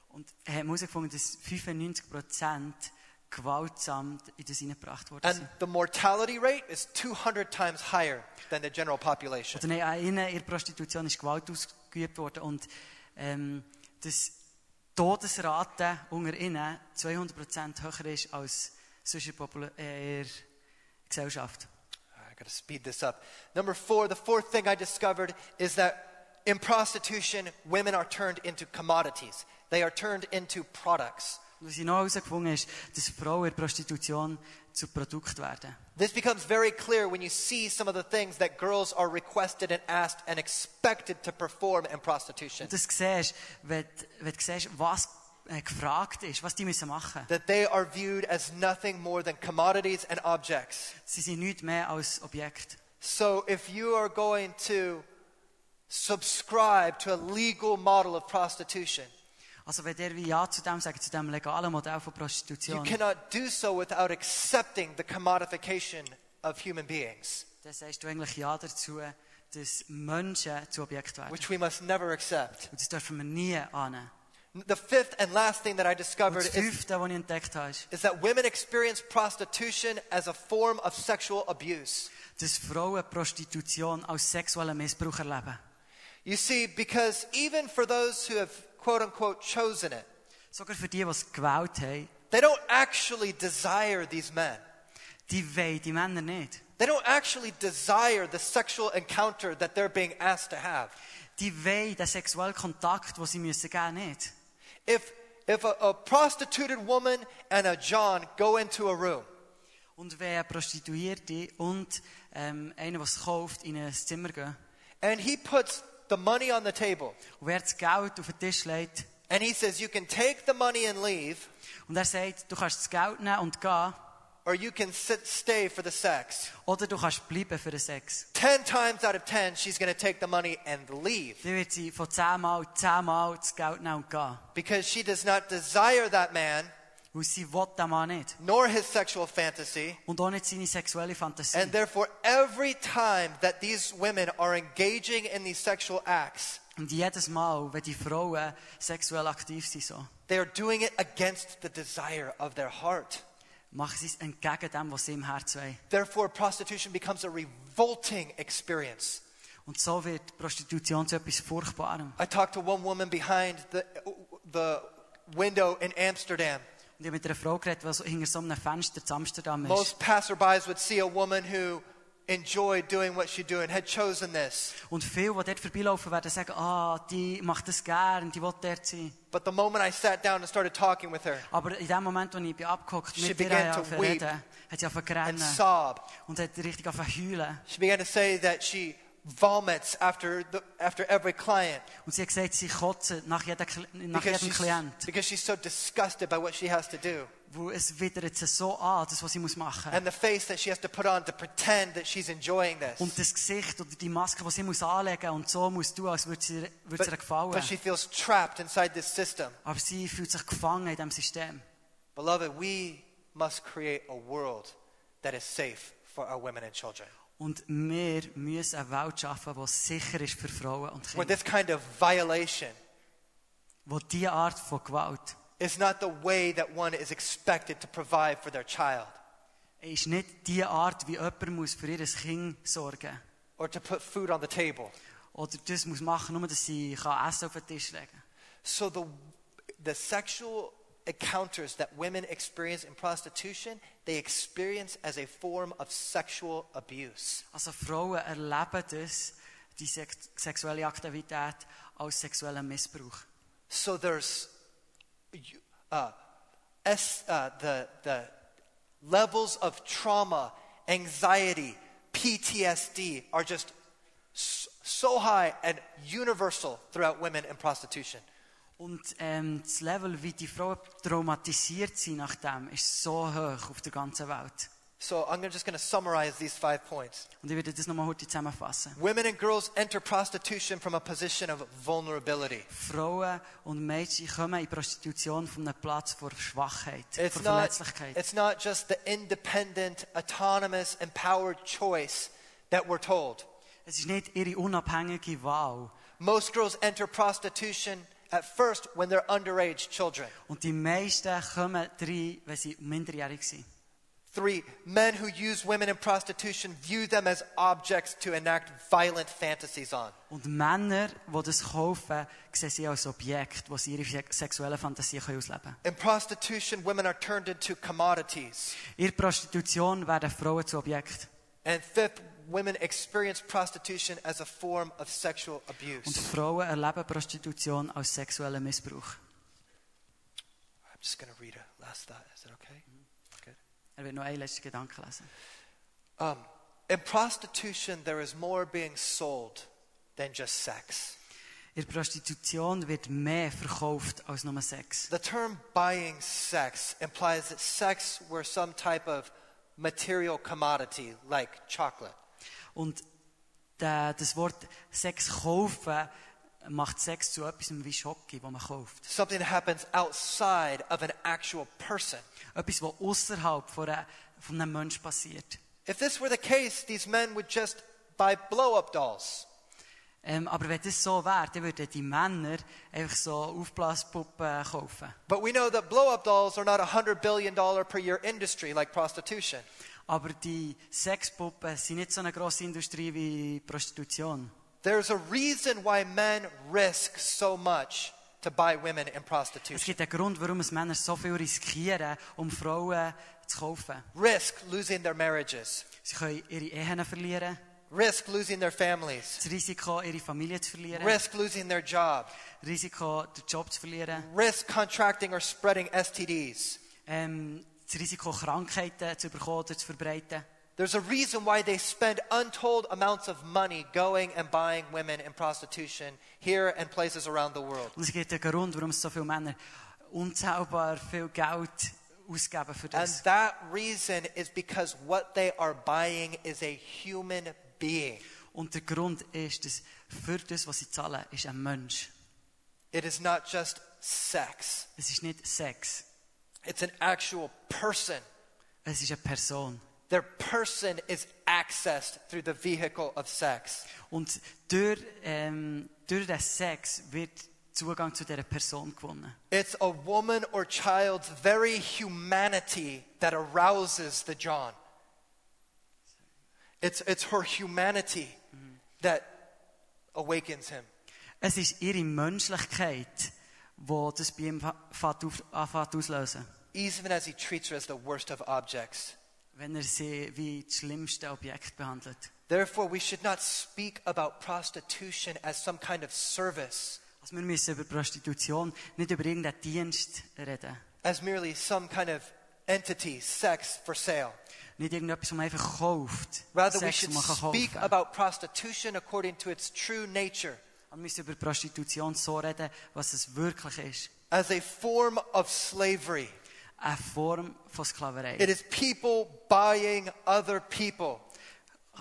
Speaker 1: Und haben herausgefunden, dass 95% gewaltsam in das hineingebracht worden
Speaker 2: And
Speaker 1: sind.
Speaker 2: the mortality rate is 200 times higher than the general population.
Speaker 1: Oder Also nein, an ihnen in der Prostitution ist Gewalt ausgeübt worden und ähm, das Todesrate unter ihnen 200% höher ist als sonst in der Popula- äh, in der Gesellschaft.
Speaker 2: Ah, I gotta speed this up. Number four, the fourth thing I discovered is that in prostitution, women are turned into commodities. They are turned into products.
Speaker 1: Und was ich noch herausgefunden ist, dass Frauen in der Prostitution zu Produkt werden.
Speaker 2: This becomes very clear when you see some of the things that girls are requested and asked and expected to perform in prostitution.
Speaker 1: Und das siehst du, wenn, du- wenn du siehst, was äh, gefragt ist, was die müssen machen müssen.
Speaker 2: That they are viewed as nothing more than commodities and objects.
Speaker 1: Sie sind nichts mehr als Objekt.
Speaker 2: So if you are going to subscribe to a legal model of prostitution,
Speaker 1: Also wenn der wie Ja zu dem sagt, zu dem legalen Modell von
Speaker 2: You
Speaker 1: Prostitution,
Speaker 2: cannot do so without accepting the commodification of human beings,
Speaker 1: dann sagst du eigentlich Ja dazu, dass Menschen zu Objekt werden.
Speaker 2: which we must never accept.
Speaker 1: Und das dürfen wir nie annehmen.
Speaker 2: The fifth and last thing that I
Speaker 1: Und
Speaker 2: discovered
Speaker 1: das
Speaker 2: is,
Speaker 1: Fünfte, was ich entdeckt habe, ist,
Speaker 2: is that women experience prostitution as a form of sexual abuse.
Speaker 1: dass Frauen Prostitution als sexuellen Missbrauch erleben.
Speaker 2: You see, because even for those who have quote unquote chosen it,
Speaker 1: Sogar für die, die es gewählt haben,
Speaker 2: they don't actually desire these men.
Speaker 1: die wollen die Männer nicht.
Speaker 2: They don't actually desire the sexual encounter that they're being asked to have.
Speaker 1: Die wollen den sexuellen Kontakt, den sie müssen geben müssen, nicht.
Speaker 2: If, if a, a prostituted woman and a John go into a room,
Speaker 1: Und wenn eine Prostituierte und ähm, einer, der es kauft, in ein Zimmer gehen,
Speaker 2: And he puts the money on the table.
Speaker 1: und wer das Geld auf den Tisch legt,
Speaker 2: And he says, You can take the money and leave,
Speaker 1: Und er sagt, du kannst das Geld nehmen und gehen,
Speaker 2: or you can sit, stay for the sex.
Speaker 1: oder du kannst bleiben für den Sex.
Speaker 2: Ten times out of ten, she's going to take the money and leave
Speaker 1: Dann wird sie von zehnmal zehnmal das Geld nehmen und gehen.
Speaker 2: because she does not desire that man,
Speaker 1: Weil sie will den Mann nicht.
Speaker 2: nor his sexual fantasy.
Speaker 1: Und auch nicht seine sexuelle Fantasie.
Speaker 2: And therefore, every time that these women are engaging in these sexual acts,
Speaker 1: Und jedes Mal, wenn die Frauen sexuell aktiv sind, so,
Speaker 2: they are doing it against the desire of their heart.
Speaker 1: machen sie es entgegen dem, was sie im Herzen wollen.
Speaker 2: Therefore, prostitution becomes a revolting experience.
Speaker 1: Und so wird Prostitution zu etwas Furchtbarem.
Speaker 2: I talked to one woman behind the, the window in Amsterdam.
Speaker 1: Und ich habe mit einer Frau geredet, die so hinter so einem Fenster zu Amsterdam ist.
Speaker 2: Most passerbys would see a woman who enjoyed doing what she doing, had chosen this.
Speaker 1: Und viele, die dort vorbeilaufen, werden sagen, ah, die macht das gern, die will dort sein.
Speaker 2: But the moment I sat down and started talking with her
Speaker 1: Aber in dem Moment, als ich bin abgehockt
Speaker 2: She
Speaker 1: mit ihr
Speaker 2: began
Speaker 1: habe
Speaker 2: to
Speaker 1: angefangen zu
Speaker 2: weep
Speaker 1: reden, hat sie angefangen zu
Speaker 2: and
Speaker 1: rennen
Speaker 2: sob,
Speaker 1: und hat richtig angefangen zu heulen.
Speaker 2: she began to say that she vomits after, the, after every client
Speaker 1: Und sie hat gesagt, sie kotzt nach jedem, Kli- nach
Speaker 2: because
Speaker 1: jedem
Speaker 2: she's,
Speaker 1: Klient.
Speaker 2: because she's so disgusted by what she has to do
Speaker 1: Wo es widert sie so an, das, was sie muss machen muss.
Speaker 2: and the face that she has to put on to pretend that she's enjoying
Speaker 1: Und das
Speaker 2: this.
Speaker 1: Gesicht oder die Maske, die sie muss anlegen muss und so muss tun, als würde es ihr, würde es ihr
Speaker 2: But, but
Speaker 1: gefallen.
Speaker 2: she feels trapped inside this system.
Speaker 1: Aber sie fühlt sich gefangen in diesem System.
Speaker 2: Beloved, we must create a world that is safe for our women and children.
Speaker 1: Und wir müssen eine Welt schaffen, die sicher ist für Frauen und
Speaker 2: where
Speaker 1: Kinder.
Speaker 2: this kind of violation
Speaker 1: Wo diese Art von Gewalt
Speaker 2: is not the way that one is expected to provide for their child
Speaker 1: ist nicht die Art, wie jemand muss für ihr Kind sorgen muss.
Speaker 2: or to put food on the table.
Speaker 1: Oder das muss machen, nur dass sie kann Essen auf den Tisch legen kann.
Speaker 2: So the, the sexual encounters that women experience in prostitution, they experience as a form of sexual abuse.
Speaker 1: Also Frauen erleben das, die sex sexuelle Aktivität, als sexuellen Missbrauch.
Speaker 2: So there's you- uh, es, uh, the, the levels of trauma, anxiety, PTSD are just s- so high and universal throughout women in prostitution.
Speaker 1: Und ähm, das Level, wie die Frauen traumatisiert sind nach dem, ist so hoch auf der ganzen Welt.
Speaker 2: So I'm gonna- just going to summarize these five points.
Speaker 1: Und ich werde das nochmal heute zusammenfassen.
Speaker 2: Women and girls enter prostitution from a position of vulnerability.
Speaker 1: Frauen und Mädchen kommen in Prostitution von einem Platz vor Schwachheit,
Speaker 2: It's
Speaker 1: vor
Speaker 2: not,
Speaker 1: Verletzlichkeit.
Speaker 2: it's not just the independent, autonomous, empowered choice that we're told.
Speaker 1: es ist nicht ihre unabhängige Wahl.
Speaker 2: Most girls enter prostitution at first when they're underage children.
Speaker 1: Und die meisten kommen rein, wenn sie minderjährig sind.
Speaker 2: Three, men who use women in prostitution view them as objects to enact violent fantasies on.
Speaker 1: Und Männer, die das kaufen, sehen sie als Objekt, wo sie ihre se- sexuelle Fantasie können ausleben können.
Speaker 2: In prostitution, women are turned into commodities.
Speaker 1: In der Prostitution werden Frauen zu Objekt.
Speaker 2: And fifth, women experience prostitution as a form of sexual
Speaker 1: Und
Speaker 2: abuse.
Speaker 1: Frauen erleben Prostitution als sexuellen Missbrauch.
Speaker 2: I'm just going to read a last thought. Is that okay? Good.
Speaker 1: Er wird noch einen letzten Gedanken lesen.
Speaker 2: Um, in prostitution, there is more being sold than just sex.
Speaker 1: In der Prostitution wird mehr verkauft als nur Sex.
Speaker 2: The term buying sex implies that sex were some type of material commodity like chocolate.
Speaker 1: Und der, das Wort Sex kaufen macht Sex zu etwas wie Schocke, das man kauft.
Speaker 2: Something that happens outside of an actual person.
Speaker 1: Etwas, was außerhalb von einer- von einem Menschen passiert.
Speaker 2: If this were the case, these men would just buy blow up dolls.
Speaker 1: Ähm, aber wenn das so wäre, dann würden die Männer einfach so Aufblaspuppen äh, kaufen.
Speaker 2: But we know that blow up dolls are not a $100 billion per year industry like prostitution.
Speaker 1: Aber die Sexpuppen sind nicht so eine grosse Industrie wie Prostitution.
Speaker 2: There's a reason why men risk so much to buy women
Speaker 1: Es
Speaker 2: in prostitution.
Speaker 1: gibt einen Grund, warum es Männer so viel riskieren, um Frauen zu kaufen.
Speaker 2: Risk losing their marriages,
Speaker 1: Sie können ihre Ehen verlieren,
Speaker 2: risk losing their families,
Speaker 1: das Risiko, ihre Familie zu verlieren,
Speaker 2: risk losing their job.
Speaker 1: das Risiko, den Job zu verlieren,
Speaker 2: risk contracting or spreading STDs.
Speaker 1: ähm, das Risiko, Krankheiten zu bekommen oder zu verbreiten.
Speaker 2: There's a reason why they spend untold amounts of money going and buying women in prostitution here and places around the world.
Speaker 1: Und es gibt einen Grund, warum so viele Männer unzählbar viel Geld ausgeben für
Speaker 2: And
Speaker 1: das.
Speaker 2: that reason is because what they are buying is a human being.
Speaker 1: Und der Grund ist, dass für das, was sie zahlen, ist ein Mensch.
Speaker 2: It is not just sex,
Speaker 1: Es ist nicht Sex.
Speaker 2: it's an actual person.
Speaker 1: Es ist eine Person.
Speaker 2: Their person is accessed through the vehicle of sex.
Speaker 1: Und durch, ähm, durch den Sex wird Zugang zu dieser Person gewonnen.
Speaker 2: It's a woman or child's very humanity that arouses the John. It's, it's her humanity that awakens him.
Speaker 1: Es ist ihre Menschlichkeit, die das bei ihm fa- fährt auf- anfängt auslösen.
Speaker 2: Even as he treats her as the worst of objects.
Speaker 1: Wenn er sie wie das schlimmste Objekt behandelt.
Speaker 2: Therefore, we should not speak about prostitution as some kind of service,
Speaker 1: Also wir müssen über Prostitution, nicht über irgendeinen Dienst reden.
Speaker 2: as merely some kind of entity, sex for sale.
Speaker 1: Nicht irgendetwas, was man einfach kauft.
Speaker 2: Rather, we
Speaker 1: Sex,
Speaker 2: should
Speaker 1: den man kann
Speaker 2: speak
Speaker 1: kaufen.
Speaker 2: about prostitution according to its true nature.
Speaker 1: Wir müssen über Prostitution so reden, was es wirklich ist.
Speaker 2: as a form of slavery.
Speaker 1: Eine Form von Sklaverei.
Speaker 2: It is people buying other people.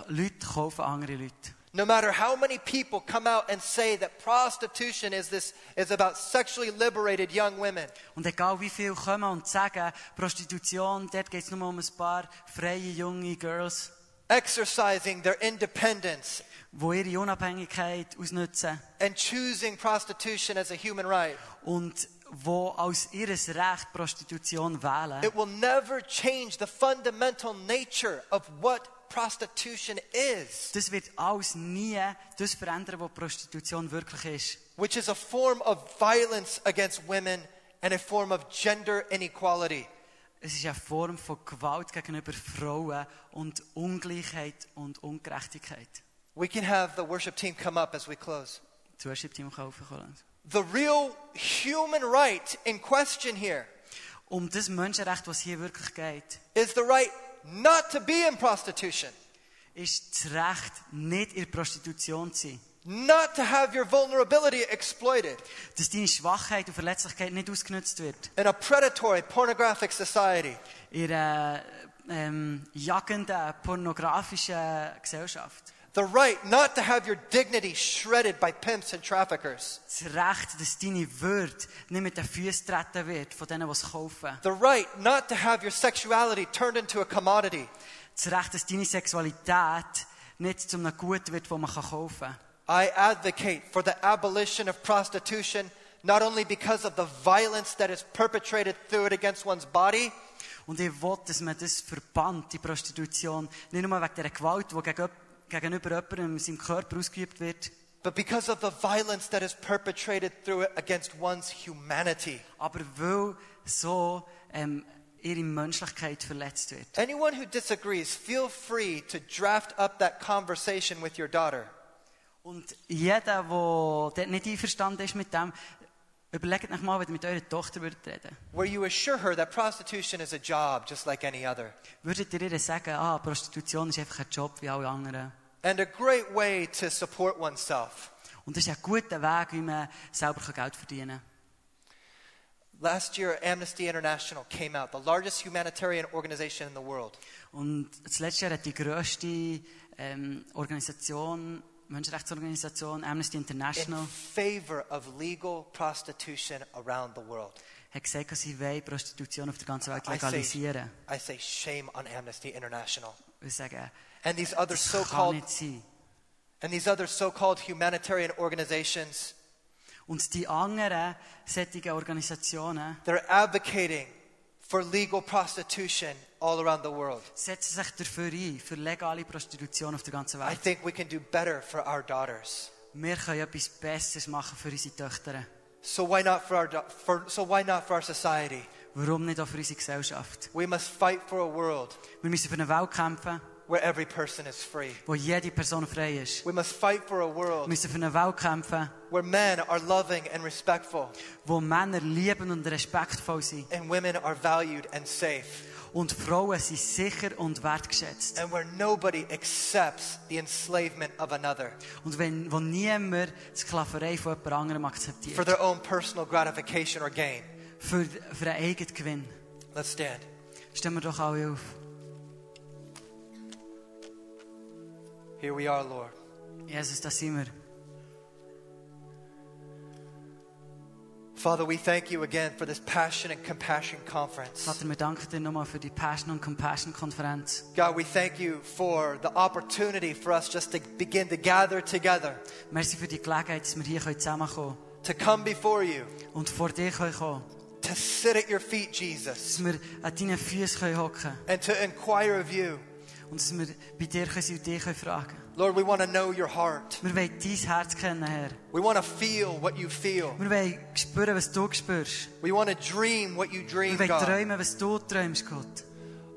Speaker 1: Leute kaufen andere Leute.
Speaker 2: No matter how many people come out and say that prostitution is this is about sexually liberated young women,
Speaker 1: Und egal wie viele kommen und sagen, Prostitution, dort geht es nur um ein paar freie junge Girls,
Speaker 2: exercising their independence
Speaker 1: die ihre Unabhängigkeit ausnutzen
Speaker 2: and choosing prostitution as a human right.
Speaker 1: und die als ihres Recht Prostitution wählen,
Speaker 2: It will never change the fundamental nature of what prostitution is,
Speaker 1: das wird alles nie das verändern, was Prostitution wirklich ist.
Speaker 2: which is a form of violence against women and a form of gender inequality.
Speaker 1: Es ist eine Form von Gewalt gegenüber Frauen und Ungleichheit und Ungerechtigkeit.
Speaker 2: We can have the worship team come up as we close.
Speaker 1: Zuerst Team kaufen
Speaker 2: The real human right in question here
Speaker 1: Um das Menschenrecht, was hier wirklich geht,
Speaker 2: is the right not to be in prostitution,
Speaker 1: ist das Recht, nicht in der Prostitution zu sein.
Speaker 2: not to have your vulnerability exploited
Speaker 1: Dass deine Schwachheit und Verletzlichkeit nicht ausgenutzt wird.
Speaker 2: in a predatory, pornographic society.
Speaker 1: In einer ähm, jagenden, pornografischen Gesellschaft.
Speaker 2: The right not to have your dignity shredded by pimps and traffickers.
Speaker 1: Das Recht, dass deine Würde nicht mit den Füßen getreten wird von denen, die es kaufen.
Speaker 2: The right not to have your sexuality turned into a commodity.
Speaker 1: Das Recht, dass deine Sexualität nicht zu einem Gut wird, das man kaufen kann.
Speaker 2: I advocate for the abolition of prostitution not only because of the violence that is perpetrated through it against one's body,
Speaker 1: Und ich will, dass man das verbannt, die Prostitution. Nicht nur wegen dieser Gewalt, die gegen- gegenüber jemandem seinem Körper ausgeübt wird,
Speaker 2: but because of the violence that is perpetrated through it against one's humanity.
Speaker 1: aber weil so ähm, ihre Menschlichkeit verletzt wird.
Speaker 2: Anyone who disagrees, feel free to draft up that conversation with your daughter.
Speaker 1: Und jeder, der dort nicht einverstanden ist mit dem, überlegt euch mal, wenn ihr mit eurer Tochter würdet reden
Speaker 2: where you assure her that prostitution is a job just like any other
Speaker 1: würdet. ihr ihr sagen, ah, Prostitution ist einfach ein Job wie alle anderen.
Speaker 2: and a great way to support oneself.
Speaker 1: Und das ist ein guter Weg, wie man selber Geld verdienen kann.
Speaker 2: Last year, Amnesty International came out, the largest humanitarian organization in the world.
Speaker 1: Und das letzte Jahr hat die grösste ähm, Organisation, Menschenrechtsorganisation, Amnesty
Speaker 2: In
Speaker 1: International,
Speaker 2: favor of legal prostitution around the world.
Speaker 1: hat gesagt, dass sie wollen Prostitution auf der ganzen Welt
Speaker 2: I say,
Speaker 1: legalisieren.
Speaker 2: I say shame on Amnesty International
Speaker 1: Wir sagen,
Speaker 2: and these other
Speaker 1: das
Speaker 2: so-called
Speaker 1: kann nicht sein.
Speaker 2: and these other so-called humanitarian organizations
Speaker 1: Und die anderen solchen Organisationen
Speaker 2: that are advocating for legal prostitution all around the world.
Speaker 1: setzen sich dafür ein, für legale Prostitution auf der ganzen
Speaker 2: I
Speaker 1: Welt.
Speaker 2: think we can do better for our daughters.
Speaker 1: Wir können etwas Besseres machen für unsere Töchter.
Speaker 2: So why not for our do- for, so why not for our society?
Speaker 1: Warum nicht auch für unsere Gesellschaft?
Speaker 2: We must fight for a world
Speaker 1: Wir müssen für eine Welt kämpfen,
Speaker 2: where every person is free.
Speaker 1: wo jede Person frei ist.
Speaker 2: We must fight for a
Speaker 1: Wir
Speaker 2: world
Speaker 1: müssen für eine Welt kämpfen,
Speaker 2: where men are loving and respectful
Speaker 1: wo Männer lieben und respektvoll sind.
Speaker 2: and women are valued and safe
Speaker 1: Und Frauen sind sicher und wertgeschätzt.
Speaker 2: and where nobody accepts the enslavement of another
Speaker 1: Und wenn, wo niemand die Sklaverei von jemand anderem akzeptiert.
Speaker 2: for their own personal gratification or gain.
Speaker 1: Für, für einen eigenen Gewinn.
Speaker 2: Let's stand.
Speaker 1: Stehen wir doch alle auf.
Speaker 2: Here we are, Lord.
Speaker 1: Jesus, da sind wir.
Speaker 2: Father, we thank you again for this passion and compassion conference.
Speaker 1: Vater, wir danken dir nochmal für die Passion und Compassion Konferenz.
Speaker 2: God, we thank you for the opportunity for us just to begin to gather together,
Speaker 1: Merci für die Gelegenheit, dass wir hier zusammenkommen
Speaker 2: to come before you,
Speaker 1: können und vor dir kommen können.
Speaker 2: to sit at your feet, Jesus,
Speaker 1: Dass wir an deinen Füßen hocken
Speaker 2: and to inquire of you.
Speaker 1: können. Und dass wir bei dir können sein und dich können fragen können.
Speaker 2: Lord, we want to know your heart.
Speaker 1: Wir wollen dein Herz kennen, Herr.
Speaker 2: We want to feel what you feel.
Speaker 1: Wir wollen spüren, was du spürst.
Speaker 2: We want to dream what you dream,
Speaker 1: Wir wollen
Speaker 2: God.
Speaker 1: träumen, was du träumst, Gott.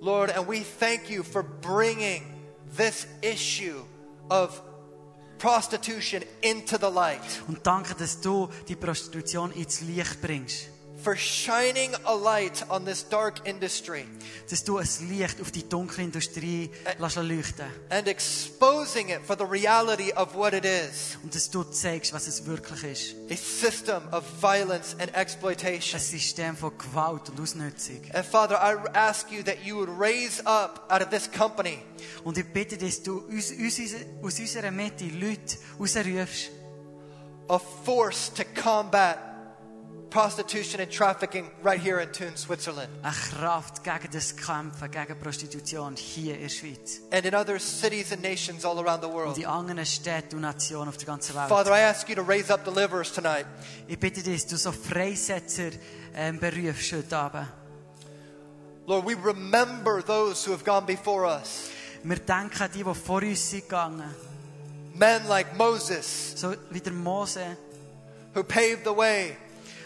Speaker 2: Lord, and we thank you for bringing this issue of prostitution into the light,
Speaker 1: Und danke, dass du die Prostitution ins Licht bringst.
Speaker 2: for shining a light on this dark industry
Speaker 1: Dass du ein Licht auf die dunkle Industrie lässt leuchten
Speaker 2: and exposing it for the reality of what it is
Speaker 1: Und dass du zeigst, was es wirklich ist.
Speaker 2: a system of violence and exploitation.
Speaker 1: Ein System von Gewalt und Ausnutzung.
Speaker 2: And Father, I ask you that you would raise up out of this company
Speaker 1: Und ich bitte, dass du uns, uns, aus unserer Mitte Leute rausrufst,
Speaker 2: a force to combat prostitution and trafficking right here in Thun, Switzerland,
Speaker 1: Eine Kraft gegen das Kämpfen, gegen Prostitution hier in der Schweiz.
Speaker 2: and in other cities and nations all around the
Speaker 1: Und
Speaker 2: world.
Speaker 1: in anderen Städten und Nationen auf der ganzen Welt.
Speaker 2: Father, I ask you to raise up deliverers tonight.
Speaker 1: ich bitte dich, dass du so Freisetzer ähm, berufst heute Abend.
Speaker 2: Lord, we remember those who have gone before us
Speaker 1: Wir denken an die, die vor uns sind gegangen.
Speaker 2: men like Moses,
Speaker 1: So wie der Mose,
Speaker 2: who paved the way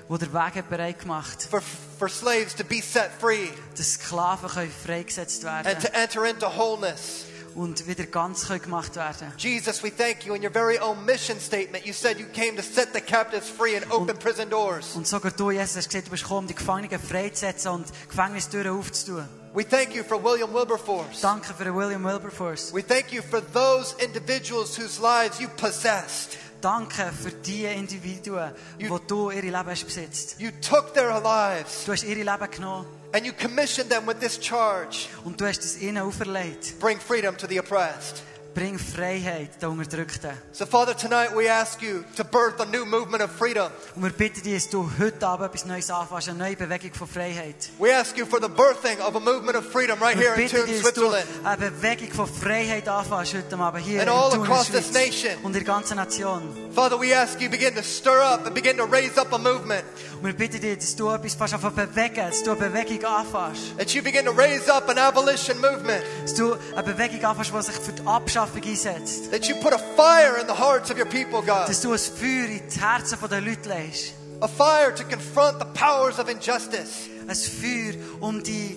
Speaker 1: der den Weg hat bereit gemacht
Speaker 2: for, for slaves to be set free
Speaker 1: dass Sklaven können freigesetzt werden
Speaker 2: and to enter into wholeness.
Speaker 1: und wieder ganz können gemacht werden
Speaker 2: Jesus, we thank you in your very own mission statement. You said you came to set the captives free and open prison doors.
Speaker 1: Und sogar du, Jesus, hast gesagt, du bist gekommen, um die Gefangenen freizusetzen und Gefängnistüren aufzutun.
Speaker 2: We thank you for William Wilberforce.
Speaker 1: Danke für den William Wilberforce.
Speaker 2: We thank you for those individuals whose lives you possessed.
Speaker 1: Danke für die Individuen,
Speaker 2: You-
Speaker 1: die du ihre Leben hast besitzt.
Speaker 2: You took their lives
Speaker 1: Du hast ihre Leben genommen
Speaker 2: and you commissioned them with this charge
Speaker 1: und du hast es ihnen auferlegt.
Speaker 2: bring freedom to the oppressed.
Speaker 1: Bring Freiheit den Unterdrückten.
Speaker 2: So, Father, tonight we ask you to birth a new movement of freedom.
Speaker 1: Und wir bitten dich, dass du heute Abend etwas Neues anfängst, eine neue Bewegung von Freiheit.
Speaker 2: We ask you for the birthing of a movement of freedom right here
Speaker 1: Wir
Speaker 2: in
Speaker 1: bitten
Speaker 2: Thun,
Speaker 1: dich, dass du
Speaker 2: Switzerland.
Speaker 1: eine Bewegung von Freiheit anfängst heute Abend hier
Speaker 2: And
Speaker 1: in
Speaker 2: all
Speaker 1: Thun, in der
Speaker 2: across this
Speaker 1: Schweiz
Speaker 2: nation.
Speaker 1: und in der ganzen Nation.
Speaker 2: Father, we ask you begin to stir up and begin to raise up a movement.
Speaker 1: Und wir bitten dich, dass du etwas fast anfängst zu bewegen, dass du eine Bewegung anfängst.
Speaker 2: That you begin to raise up an abolition movement.
Speaker 1: Dass du eine Bewegung anfängst, die sich für die Abschaffung einsetzt.
Speaker 2: That you put a fire in the hearts of your people, God.
Speaker 1: Dass du ein Feuer in die Herzen der Leute legst.
Speaker 2: A fire to confront the powers of injustice.
Speaker 1: Ein Feuer, um die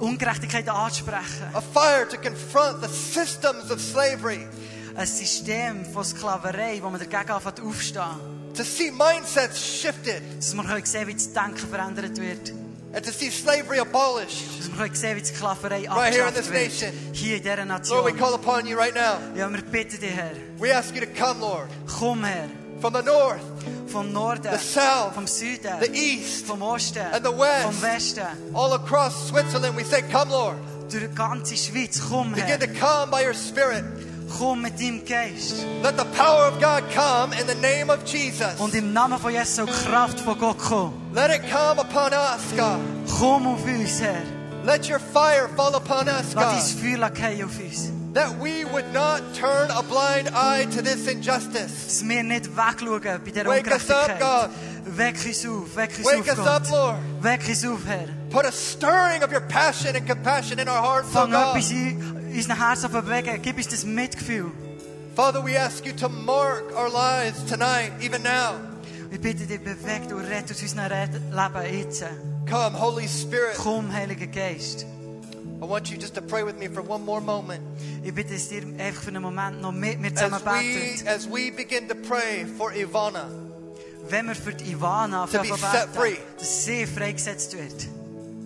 Speaker 1: Ungerechtigkeit anzusprechen.
Speaker 2: A fire to confront the systems of slavery.
Speaker 1: Ein System von Sklaverei, wo wir dagegen anfängt aufstehen.
Speaker 2: To see mindsets shifted.
Speaker 1: Dass wir können sehen wie das Denken verändert wird.
Speaker 2: And to see slavery abolished.
Speaker 1: Dass wir können sehen wie die Sklaverei
Speaker 2: Right here in
Speaker 1: abgeschafft
Speaker 2: this
Speaker 1: wird.
Speaker 2: nation.
Speaker 1: Hier in dieser
Speaker 2: Lord, we
Speaker 1: Nation.
Speaker 2: call upon you right now.
Speaker 1: Ja, wir bitten dich, Herr.
Speaker 2: We ask you to come, Lord.
Speaker 1: Komm, Herr.
Speaker 2: From the north,
Speaker 1: Vom Norden,
Speaker 2: The south,
Speaker 1: vom Süden,
Speaker 2: the east,
Speaker 1: vom Osten,
Speaker 2: and the west.
Speaker 1: vom Westen,
Speaker 2: all across Switzerland, we say, Come, Lord.
Speaker 1: durch die ganze Schweiz. Komm, Herr.
Speaker 2: Begin to come by your Spirit.
Speaker 1: Komm mit deinem Geist.
Speaker 2: Let the power of God come in the name of Jesus.
Speaker 1: Und im Namen von Jesus soll die Kraft von Gott kommen.
Speaker 2: Let it come upon us, God.
Speaker 1: Komm auf uns, Herr.
Speaker 2: Let your fire fall upon
Speaker 1: Lass
Speaker 2: us,
Speaker 1: dein
Speaker 2: God.
Speaker 1: Feuer fallen auf uns.
Speaker 2: That we would not turn a blind eye to this injustice.
Speaker 1: Dass wir nicht wegschauen bei dieser
Speaker 2: Wake us up,
Speaker 1: Ungerechtigkeit. Weck uns auf, weck uns
Speaker 2: Wake
Speaker 1: auf,
Speaker 2: us up,
Speaker 1: Gott.
Speaker 2: Lord. Oh,
Speaker 1: Weck uns auf, Herr.
Speaker 2: Put a stirring of your passion and compassion in our hearts, oh
Speaker 1: Fang
Speaker 2: God.
Speaker 1: etwas in unseren Herzen zu bewegen. Gib uns das Mitgefühl.
Speaker 2: Father, we ask you to mark our lives tonight, even now.
Speaker 1: Ich bitte dich, beweg und rette aus unserem Re- Leben jetzt.
Speaker 2: Come, Holy Spirit.
Speaker 1: Komm, Heiliger Geist.
Speaker 2: I want you just to pray with me for one more moment.
Speaker 1: Ich bitte es dir einfach für einen Moment noch mit mir zusammen
Speaker 2: As we,
Speaker 1: betet.
Speaker 2: as we begin to pray for Ivana
Speaker 1: Wenn wir für die Ivana
Speaker 2: To be
Speaker 1: anfangen zu
Speaker 2: set free.
Speaker 1: beten, dass sie freigesetzt wird.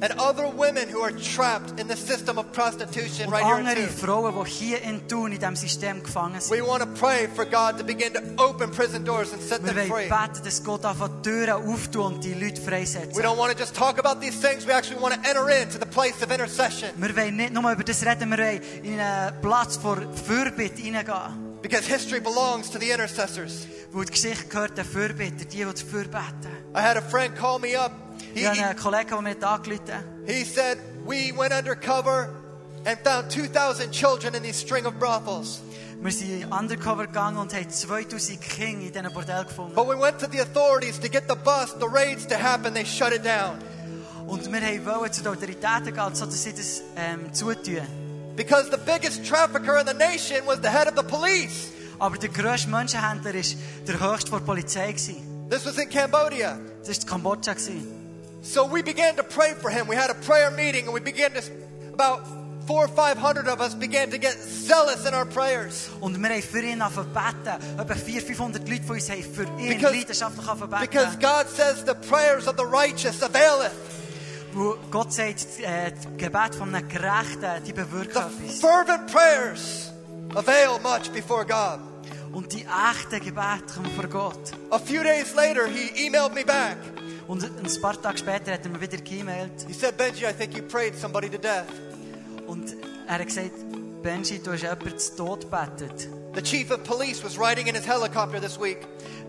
Speaker 2: and other women who are trapped in the system of prostitution
Speaker 1: Und
Speaker 2: right here
Speaker 1: andere
Speaker 2: in Tune,
Speaker 1: Frauen, die hier in Thun in diesem System gefangen sind.
Speaker 2: we want to pray for God to begin to open prison doors and set
Speaker 1: Wir
Speaker 2: them
Speaker 1: wollen
Speaker 2: free.
Speaker 1: beten, dass Gott einfach die Türen auftut und die Leute
Speaker 2: We
Speaker 1: freisetzt.
Speaker 2: don't want to just talk about these things, we actually want to enter into the place of intercession
Speaker 1: Wir wollen nicht nur über das reden, wir wollen in eh, einen Platz vor Fürbitte hineingehen.
Speaker 2: because history belongs to the intercessors.
Speaker 1: Weil die Geschichte gehört den Fürbitter, die, die fürbeten.
Speaker 2: I had a friend call me up. He,
Speaker 1: Ich habe einen Kollegen, der mir angerufen hat.
Speaker 2: he said, We went undercover and found 2,000 children in these string of brothels.
Speaker 1: Wir sind undercover gegangen und haben 2000 Kinder in diesem Bordell gefunden.
Speaker 2: But we went to the authorities to get the bus, the raids to happen. They shut it down
Speaker 1: Und wir wollten zu den Autoritäten gehen, sodass sie das ähm, zutun.
Speaker 2: because the biggest trafficker in the nation was the head of the police.
Speaker 1: Aber der grösste Menschenhändler war der höchste der Polizei. gewesen.
Speaker 2: This was in Cambodia.
Speaker 1: Das war in Kambodscha. gewesen.
Speaker 2: So we began to pray for him. We had a prayer meeting, and we began to about four or five hundred of us began to get zealous in our prayers
Speaker 1: Und wir haben für ihn angefangen Etwa 400, 500 Leute von uns haben für ihn
Speaker 2: Because-
Speaker 1: leidenschaftlich
Speaker 2: because
Speaker 1: angefangen
Speaker 2: God says the prayers of the righteous availeth.
Speaker 1: Weil Gott sagt, äh, das Gebet von einem Gerechten, die bewirkt
Speaker 2: The
Speaker 1: etwas.
Speaker 2: fervent prayers avail much before God.
Speaker 1: Und die echten Gebete kommen von Gott.
Speaker 2: A few days later, he emailed me back.
Speaker 1: Und ein paar Tage später hat er mir wieder geemailt.
Speaker 2: He said, Benji, I think you prayed somebody to death.
Speaker 1: Und er hat gesagt, Benji, du hast jemanden zu Tod gebetet.
Speaker 2: The chief of police was riding in his helicopter this week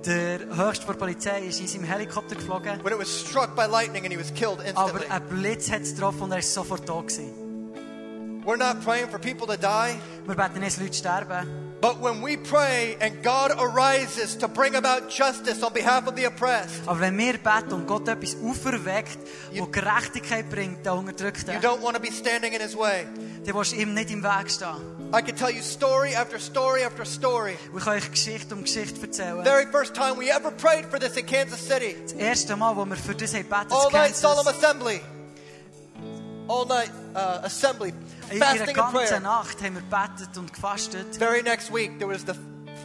Speaker 1: Der Höchste der Polizei ist in seinem Helikopter geflogen,
Speaker 2: when it was struck by lightning and he was killed instantly.
Speaker 1: aber ein Blitz hat es getroffen und er ist sofort da gewesen.
Speaker 2: We're not praying for people to die,
Speaker 1: Wir beten nicht, dass Leute sterben,
Speaker 2: but when we pray and God arises to bring about justice on behalf of the oppressed,
Speaker 1: aber wenn wir beten und Gott etwas auferweckt, das Gerechtigkeit bringt, den Unterdrückten,
Speaker 2: you don't want to be standing in his way.
Speaker 1: dann willst du ihm nicht im Weg stehen.
Speaker 2: I can tell you story after story after story.
Speaker 1: Und ich kann euch Geschichte um Geschichte
Speaker 2: The
Speaker 1: erzählen.
Speaker 2: very first time we ever prayed for this in Kansas City,
Speaker 1: Das erste Mal, wo wir für das haben gebeten
Speaker 2: all
Speaker 1: haben,
Speaker 2: night solemn
Speaker 1: in
Speaker 2: assembly, all night uh, assembly,
Speaker 1: der
Speaker 2: fasting and
Speaker 1: ganzen
Speaker 2: prayer.
Speaker 1: Nacht haben wir gebetet und gefastet.
Speaker 2: Very next week, there was the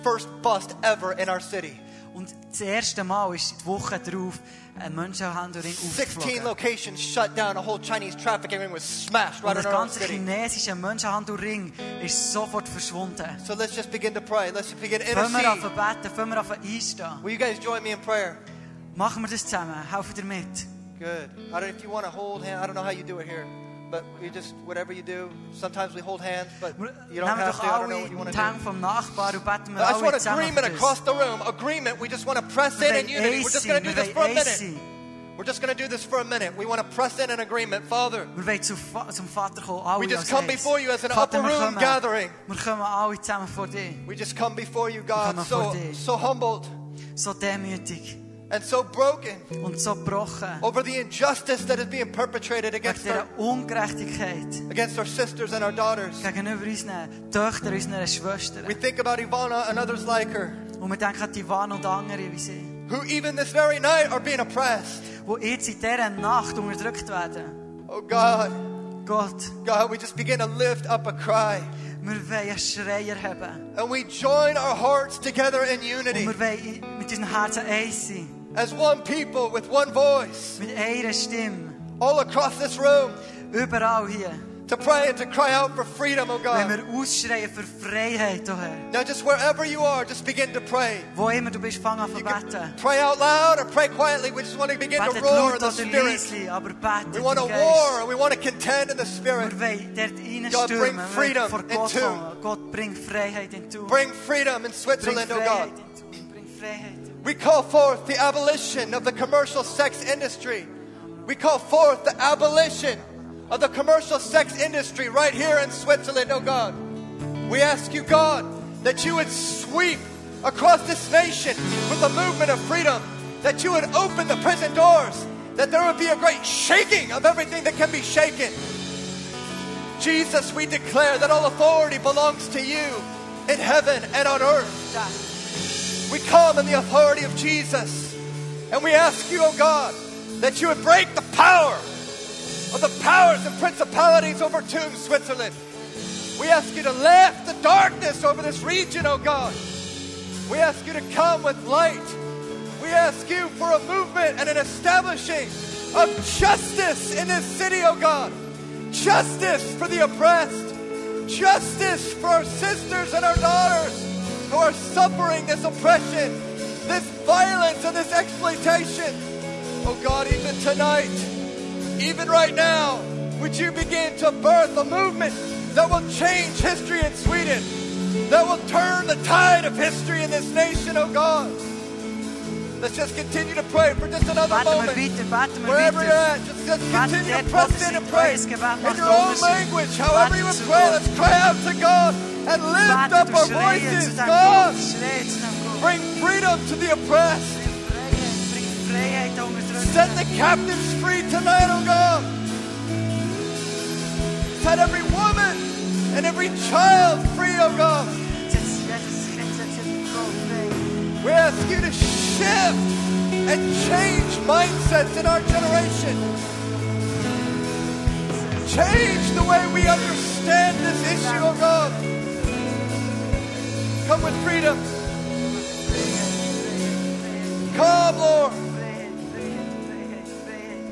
Speaker 2: first bust ever in our city.
Speaker 1: Und das erste Mal ist die Woche darauf ein Menschenhändlerin
Speaker 2: 16
Speaker 1: aufgeflogen.
Speaker 2: locations shut down. A whole Chinese trafficking ring was smashed
Speaker 1: Und
Speaker 2: right
Speaker 1: das
Speaker 2: in our own
Speaker 1: ganze
Speaker 2: city.
Speaker 1: chinesische Menschenhandelring ist sofort verschwunden.
Speaker 2: So let's just begin to pray. Let's just begin to
Speaker 1: Fangen wir an
Speaker 2: intercede.
Speaker 1: zu beten, fangen wir an zu einstehen.
Speaker 2: Will you guys join me in prayer?
Speaker 1: Machen wir das zusammen, helfen ihr mit.
Speaker 2: Good. I don't, if you want to hold hand, I don't know how you do it here, but you just whatever you do. Sometimes we hold hands, but
Speaker 1: Wir
Speaker 2: you don't
Speaker 1: Nehmen
Speaker 2: have
Speaker 1: doch
Speaker 2: to. I don't know what
Speaker 1: alle
Speaker 2: you want
Speaker 1: die
Speaker 2: to
Speaker 1: Hände
Speaker 2: do.
Speaker 1: vom Nachbarn und beten wir
Speaker 2: I just want
Speaker 1: alle zusammen für
Speaker 2: agreement across
Speaker 1: das.
Speaker 2: the room. Agreement. We just want to press
Speaker 1: Wir
Speaker 2: in in
Speaker 1: wollen
Speaker 2: unity. We're
Speaker 1: eins
Speaker 2: just
Speaker 1: sein,
Speaker 2: going to do
Speaker 1: wir
Speaker 2: this for a
Speaker 1: wollen eins
Speaker 2: minute.
Speaker 1: sein.
Speaker 2: We're just going to do this for a minute. We want to press in in agreement, Father.
Speaker 1: Wir wollen zu Fa- zum Vater kommen, alle
Speaker 2: We just
Speaker 1: als
Speaker 2: come
Speaker 1: eins.
Speaker 2: before you as an
Speaker 1: Vater,
Speaker 2: upper
Speaker 1: wir
Speaker 2: room
Speaker 1: kommen-
Speaker 2: gathering.
Speaker 1: Wir kommen alle zusammen vor dir.
Speaker 2: We just come before you, God,
Speaker 1: Come
Speaker 2: so
Speaker 1: before thee.
Speaker 2: so humbled
Speaker 1: So demütig
Speaker 2: and so broken
Speaker 1: und so gebrochen.
Speaker 2: over the injustice that is being perpetrated
Speaker 1: Wegen
Speaker 2: against our
Speaker 1: dieser Ungerechtigkeit
Speaker 2: against our sisters and our daughters.
Speaker 1: gegenüber unseren Töchtern, unseren
Speaker 2: We
Speaker 1: Schwestern.
Speaker 2: think about Ivana and others like her,
Speaker 1: Und wir denken an die Wann und andere wie sie,
Speaker 2: who even this very night are being oppressed.
Speaker 1: die jetzt in dieser Nacht unterdrückt werden.
Speaker 2: Oh God,
Speaker 1: Gott,
Speaker 2: God, we just begin to lift up a cry.
Speaker 1: wir wollen einen Schreier haben.
Speaker 2: And we join our hearts together in
Speaker 1: Und
Speaker 2: unity
Speaker 1: wir wollen mit unseren Herzen eins sein.
Speaker 2: as one people with one voice,
Speaker 1: Mit einer Stimme.
Speaker 2: all across this room,
Speaker 1: Überall hier.
Speaker 2: to pray and to cry out for freedom, oh
Speaker 1: Wenn
Speaker 2: God.
Speaker 1: wir ausschreien für Freiheit, oh Herr.
Speaker 2: Now, just wherever you are, just begin to pray.
Speaker 1: Wo immer du bist, fang an zu
Speaker 2: You can
Speaker 1: beten.
Speaker 2: pray out loud or pray quietly. We just want to begin to
Speaker 1: Betet
Speaker 2: roar
Speaker 1: laut
Speaker 2: in the
Speaker 1: oder
Speaker 2: Spirit.
Speaker 1: leise, aber betet
Speaker 2: We
Speaker 1: im
Speaker 2: want to
Speaker 1: Geist.
Speaker 2: war. We want to contend in the Spirit.
Speaker 1: Wir wollen dort
Speaker 2: God, bring
Speaker 1: reinstürmen. Wir
Speaker 2: freedom
Speaker 1: wollen vor Gott
Speaker 2: into-
Speaker 1: kommen. Gott, bring Freiheit in Thun.
Speaker 2: Bring freedom in
Speaker 1: Bring
Speaker 2: Switzerland, oh God.
Speaker 1: Freiheit in Thun. Bring Freiheit in Thun.
Speaker 2: We call forth the abolition of the commercial sex industry. We call forth the abolition of the commercial sex industry right here in Switzerland, oh God. We ask you, God, that you would sweep across this nation with the movement of freedom, that you would open the prison doors, that there would be a great shaking of everything that can be shaken. Jesus, we declare that all authority belongs to you in heaven and on earth. We come in the authority of Jesus and we ask you, oh God, that you would break the power of the powers and principalities over Tomb, Switzerland. We ask you to lift the darkness over this region, oh God. We ask you to come with light. We ask you for a movement and an establishing of justice in this city, oh God. Justice for the oppressed. Justice for our sisters and our daughters who are suffering this oppression, this violence, and this exploitation. Oh God, even tonight, even right now, would you begin to birth a movement that will change history in Sweden, that will turn the tide of history in this nation, oh God? Let's just continue to pray for just another
Speaker 1: Beten
Speaker 2: moment.
Speaker 1: wir weiter, beten wir
Speaker 2: Wherever you're
Speaker 1: weiter.
Speaker 2: at, just, just
Speaker 1: Macht
Speaker 2: continue to
Speaker 1: der
Speaker 2: press in and pray.
Speaker 1: Gottes in Christ,
Speaker 2: In your
Speaker 1: macht
Speaker 2: own
Speaker 1: Unterschied.
Speaker 2: language, however you
Speaker 1: Wartet
Speaker 2: would
Speaker 1: zu
Speaker 2: pray,
Speaker 1: Gott.
Speaker 2: let's cry out to God and lift
Speaker 1: Betet
Speaker 2: up our
Speaker 1: und schreien zu
Speaker 2: voices.
Speaker 1: dem
Speaker 2: God,
Speaker 1: Gott. Schreien zu dem Gott.
Speaker 2: bring freedom to the oppressed.
Speaker 1: Bring Freiheit, bring Freiheit unter
Speaker 2: Set the
Speaker 1: Drücken.
Speaker 2: captives free tonight, oh God. Set every woman and every child free, oh God.
Speaker 1: Setz jedes Kind, setz jeden Gott frei.
Speaker 2: We ask you to shift and change mindsets in our generation. Change the way we understand this issue, oh God. Come with freedom. Come, Lord.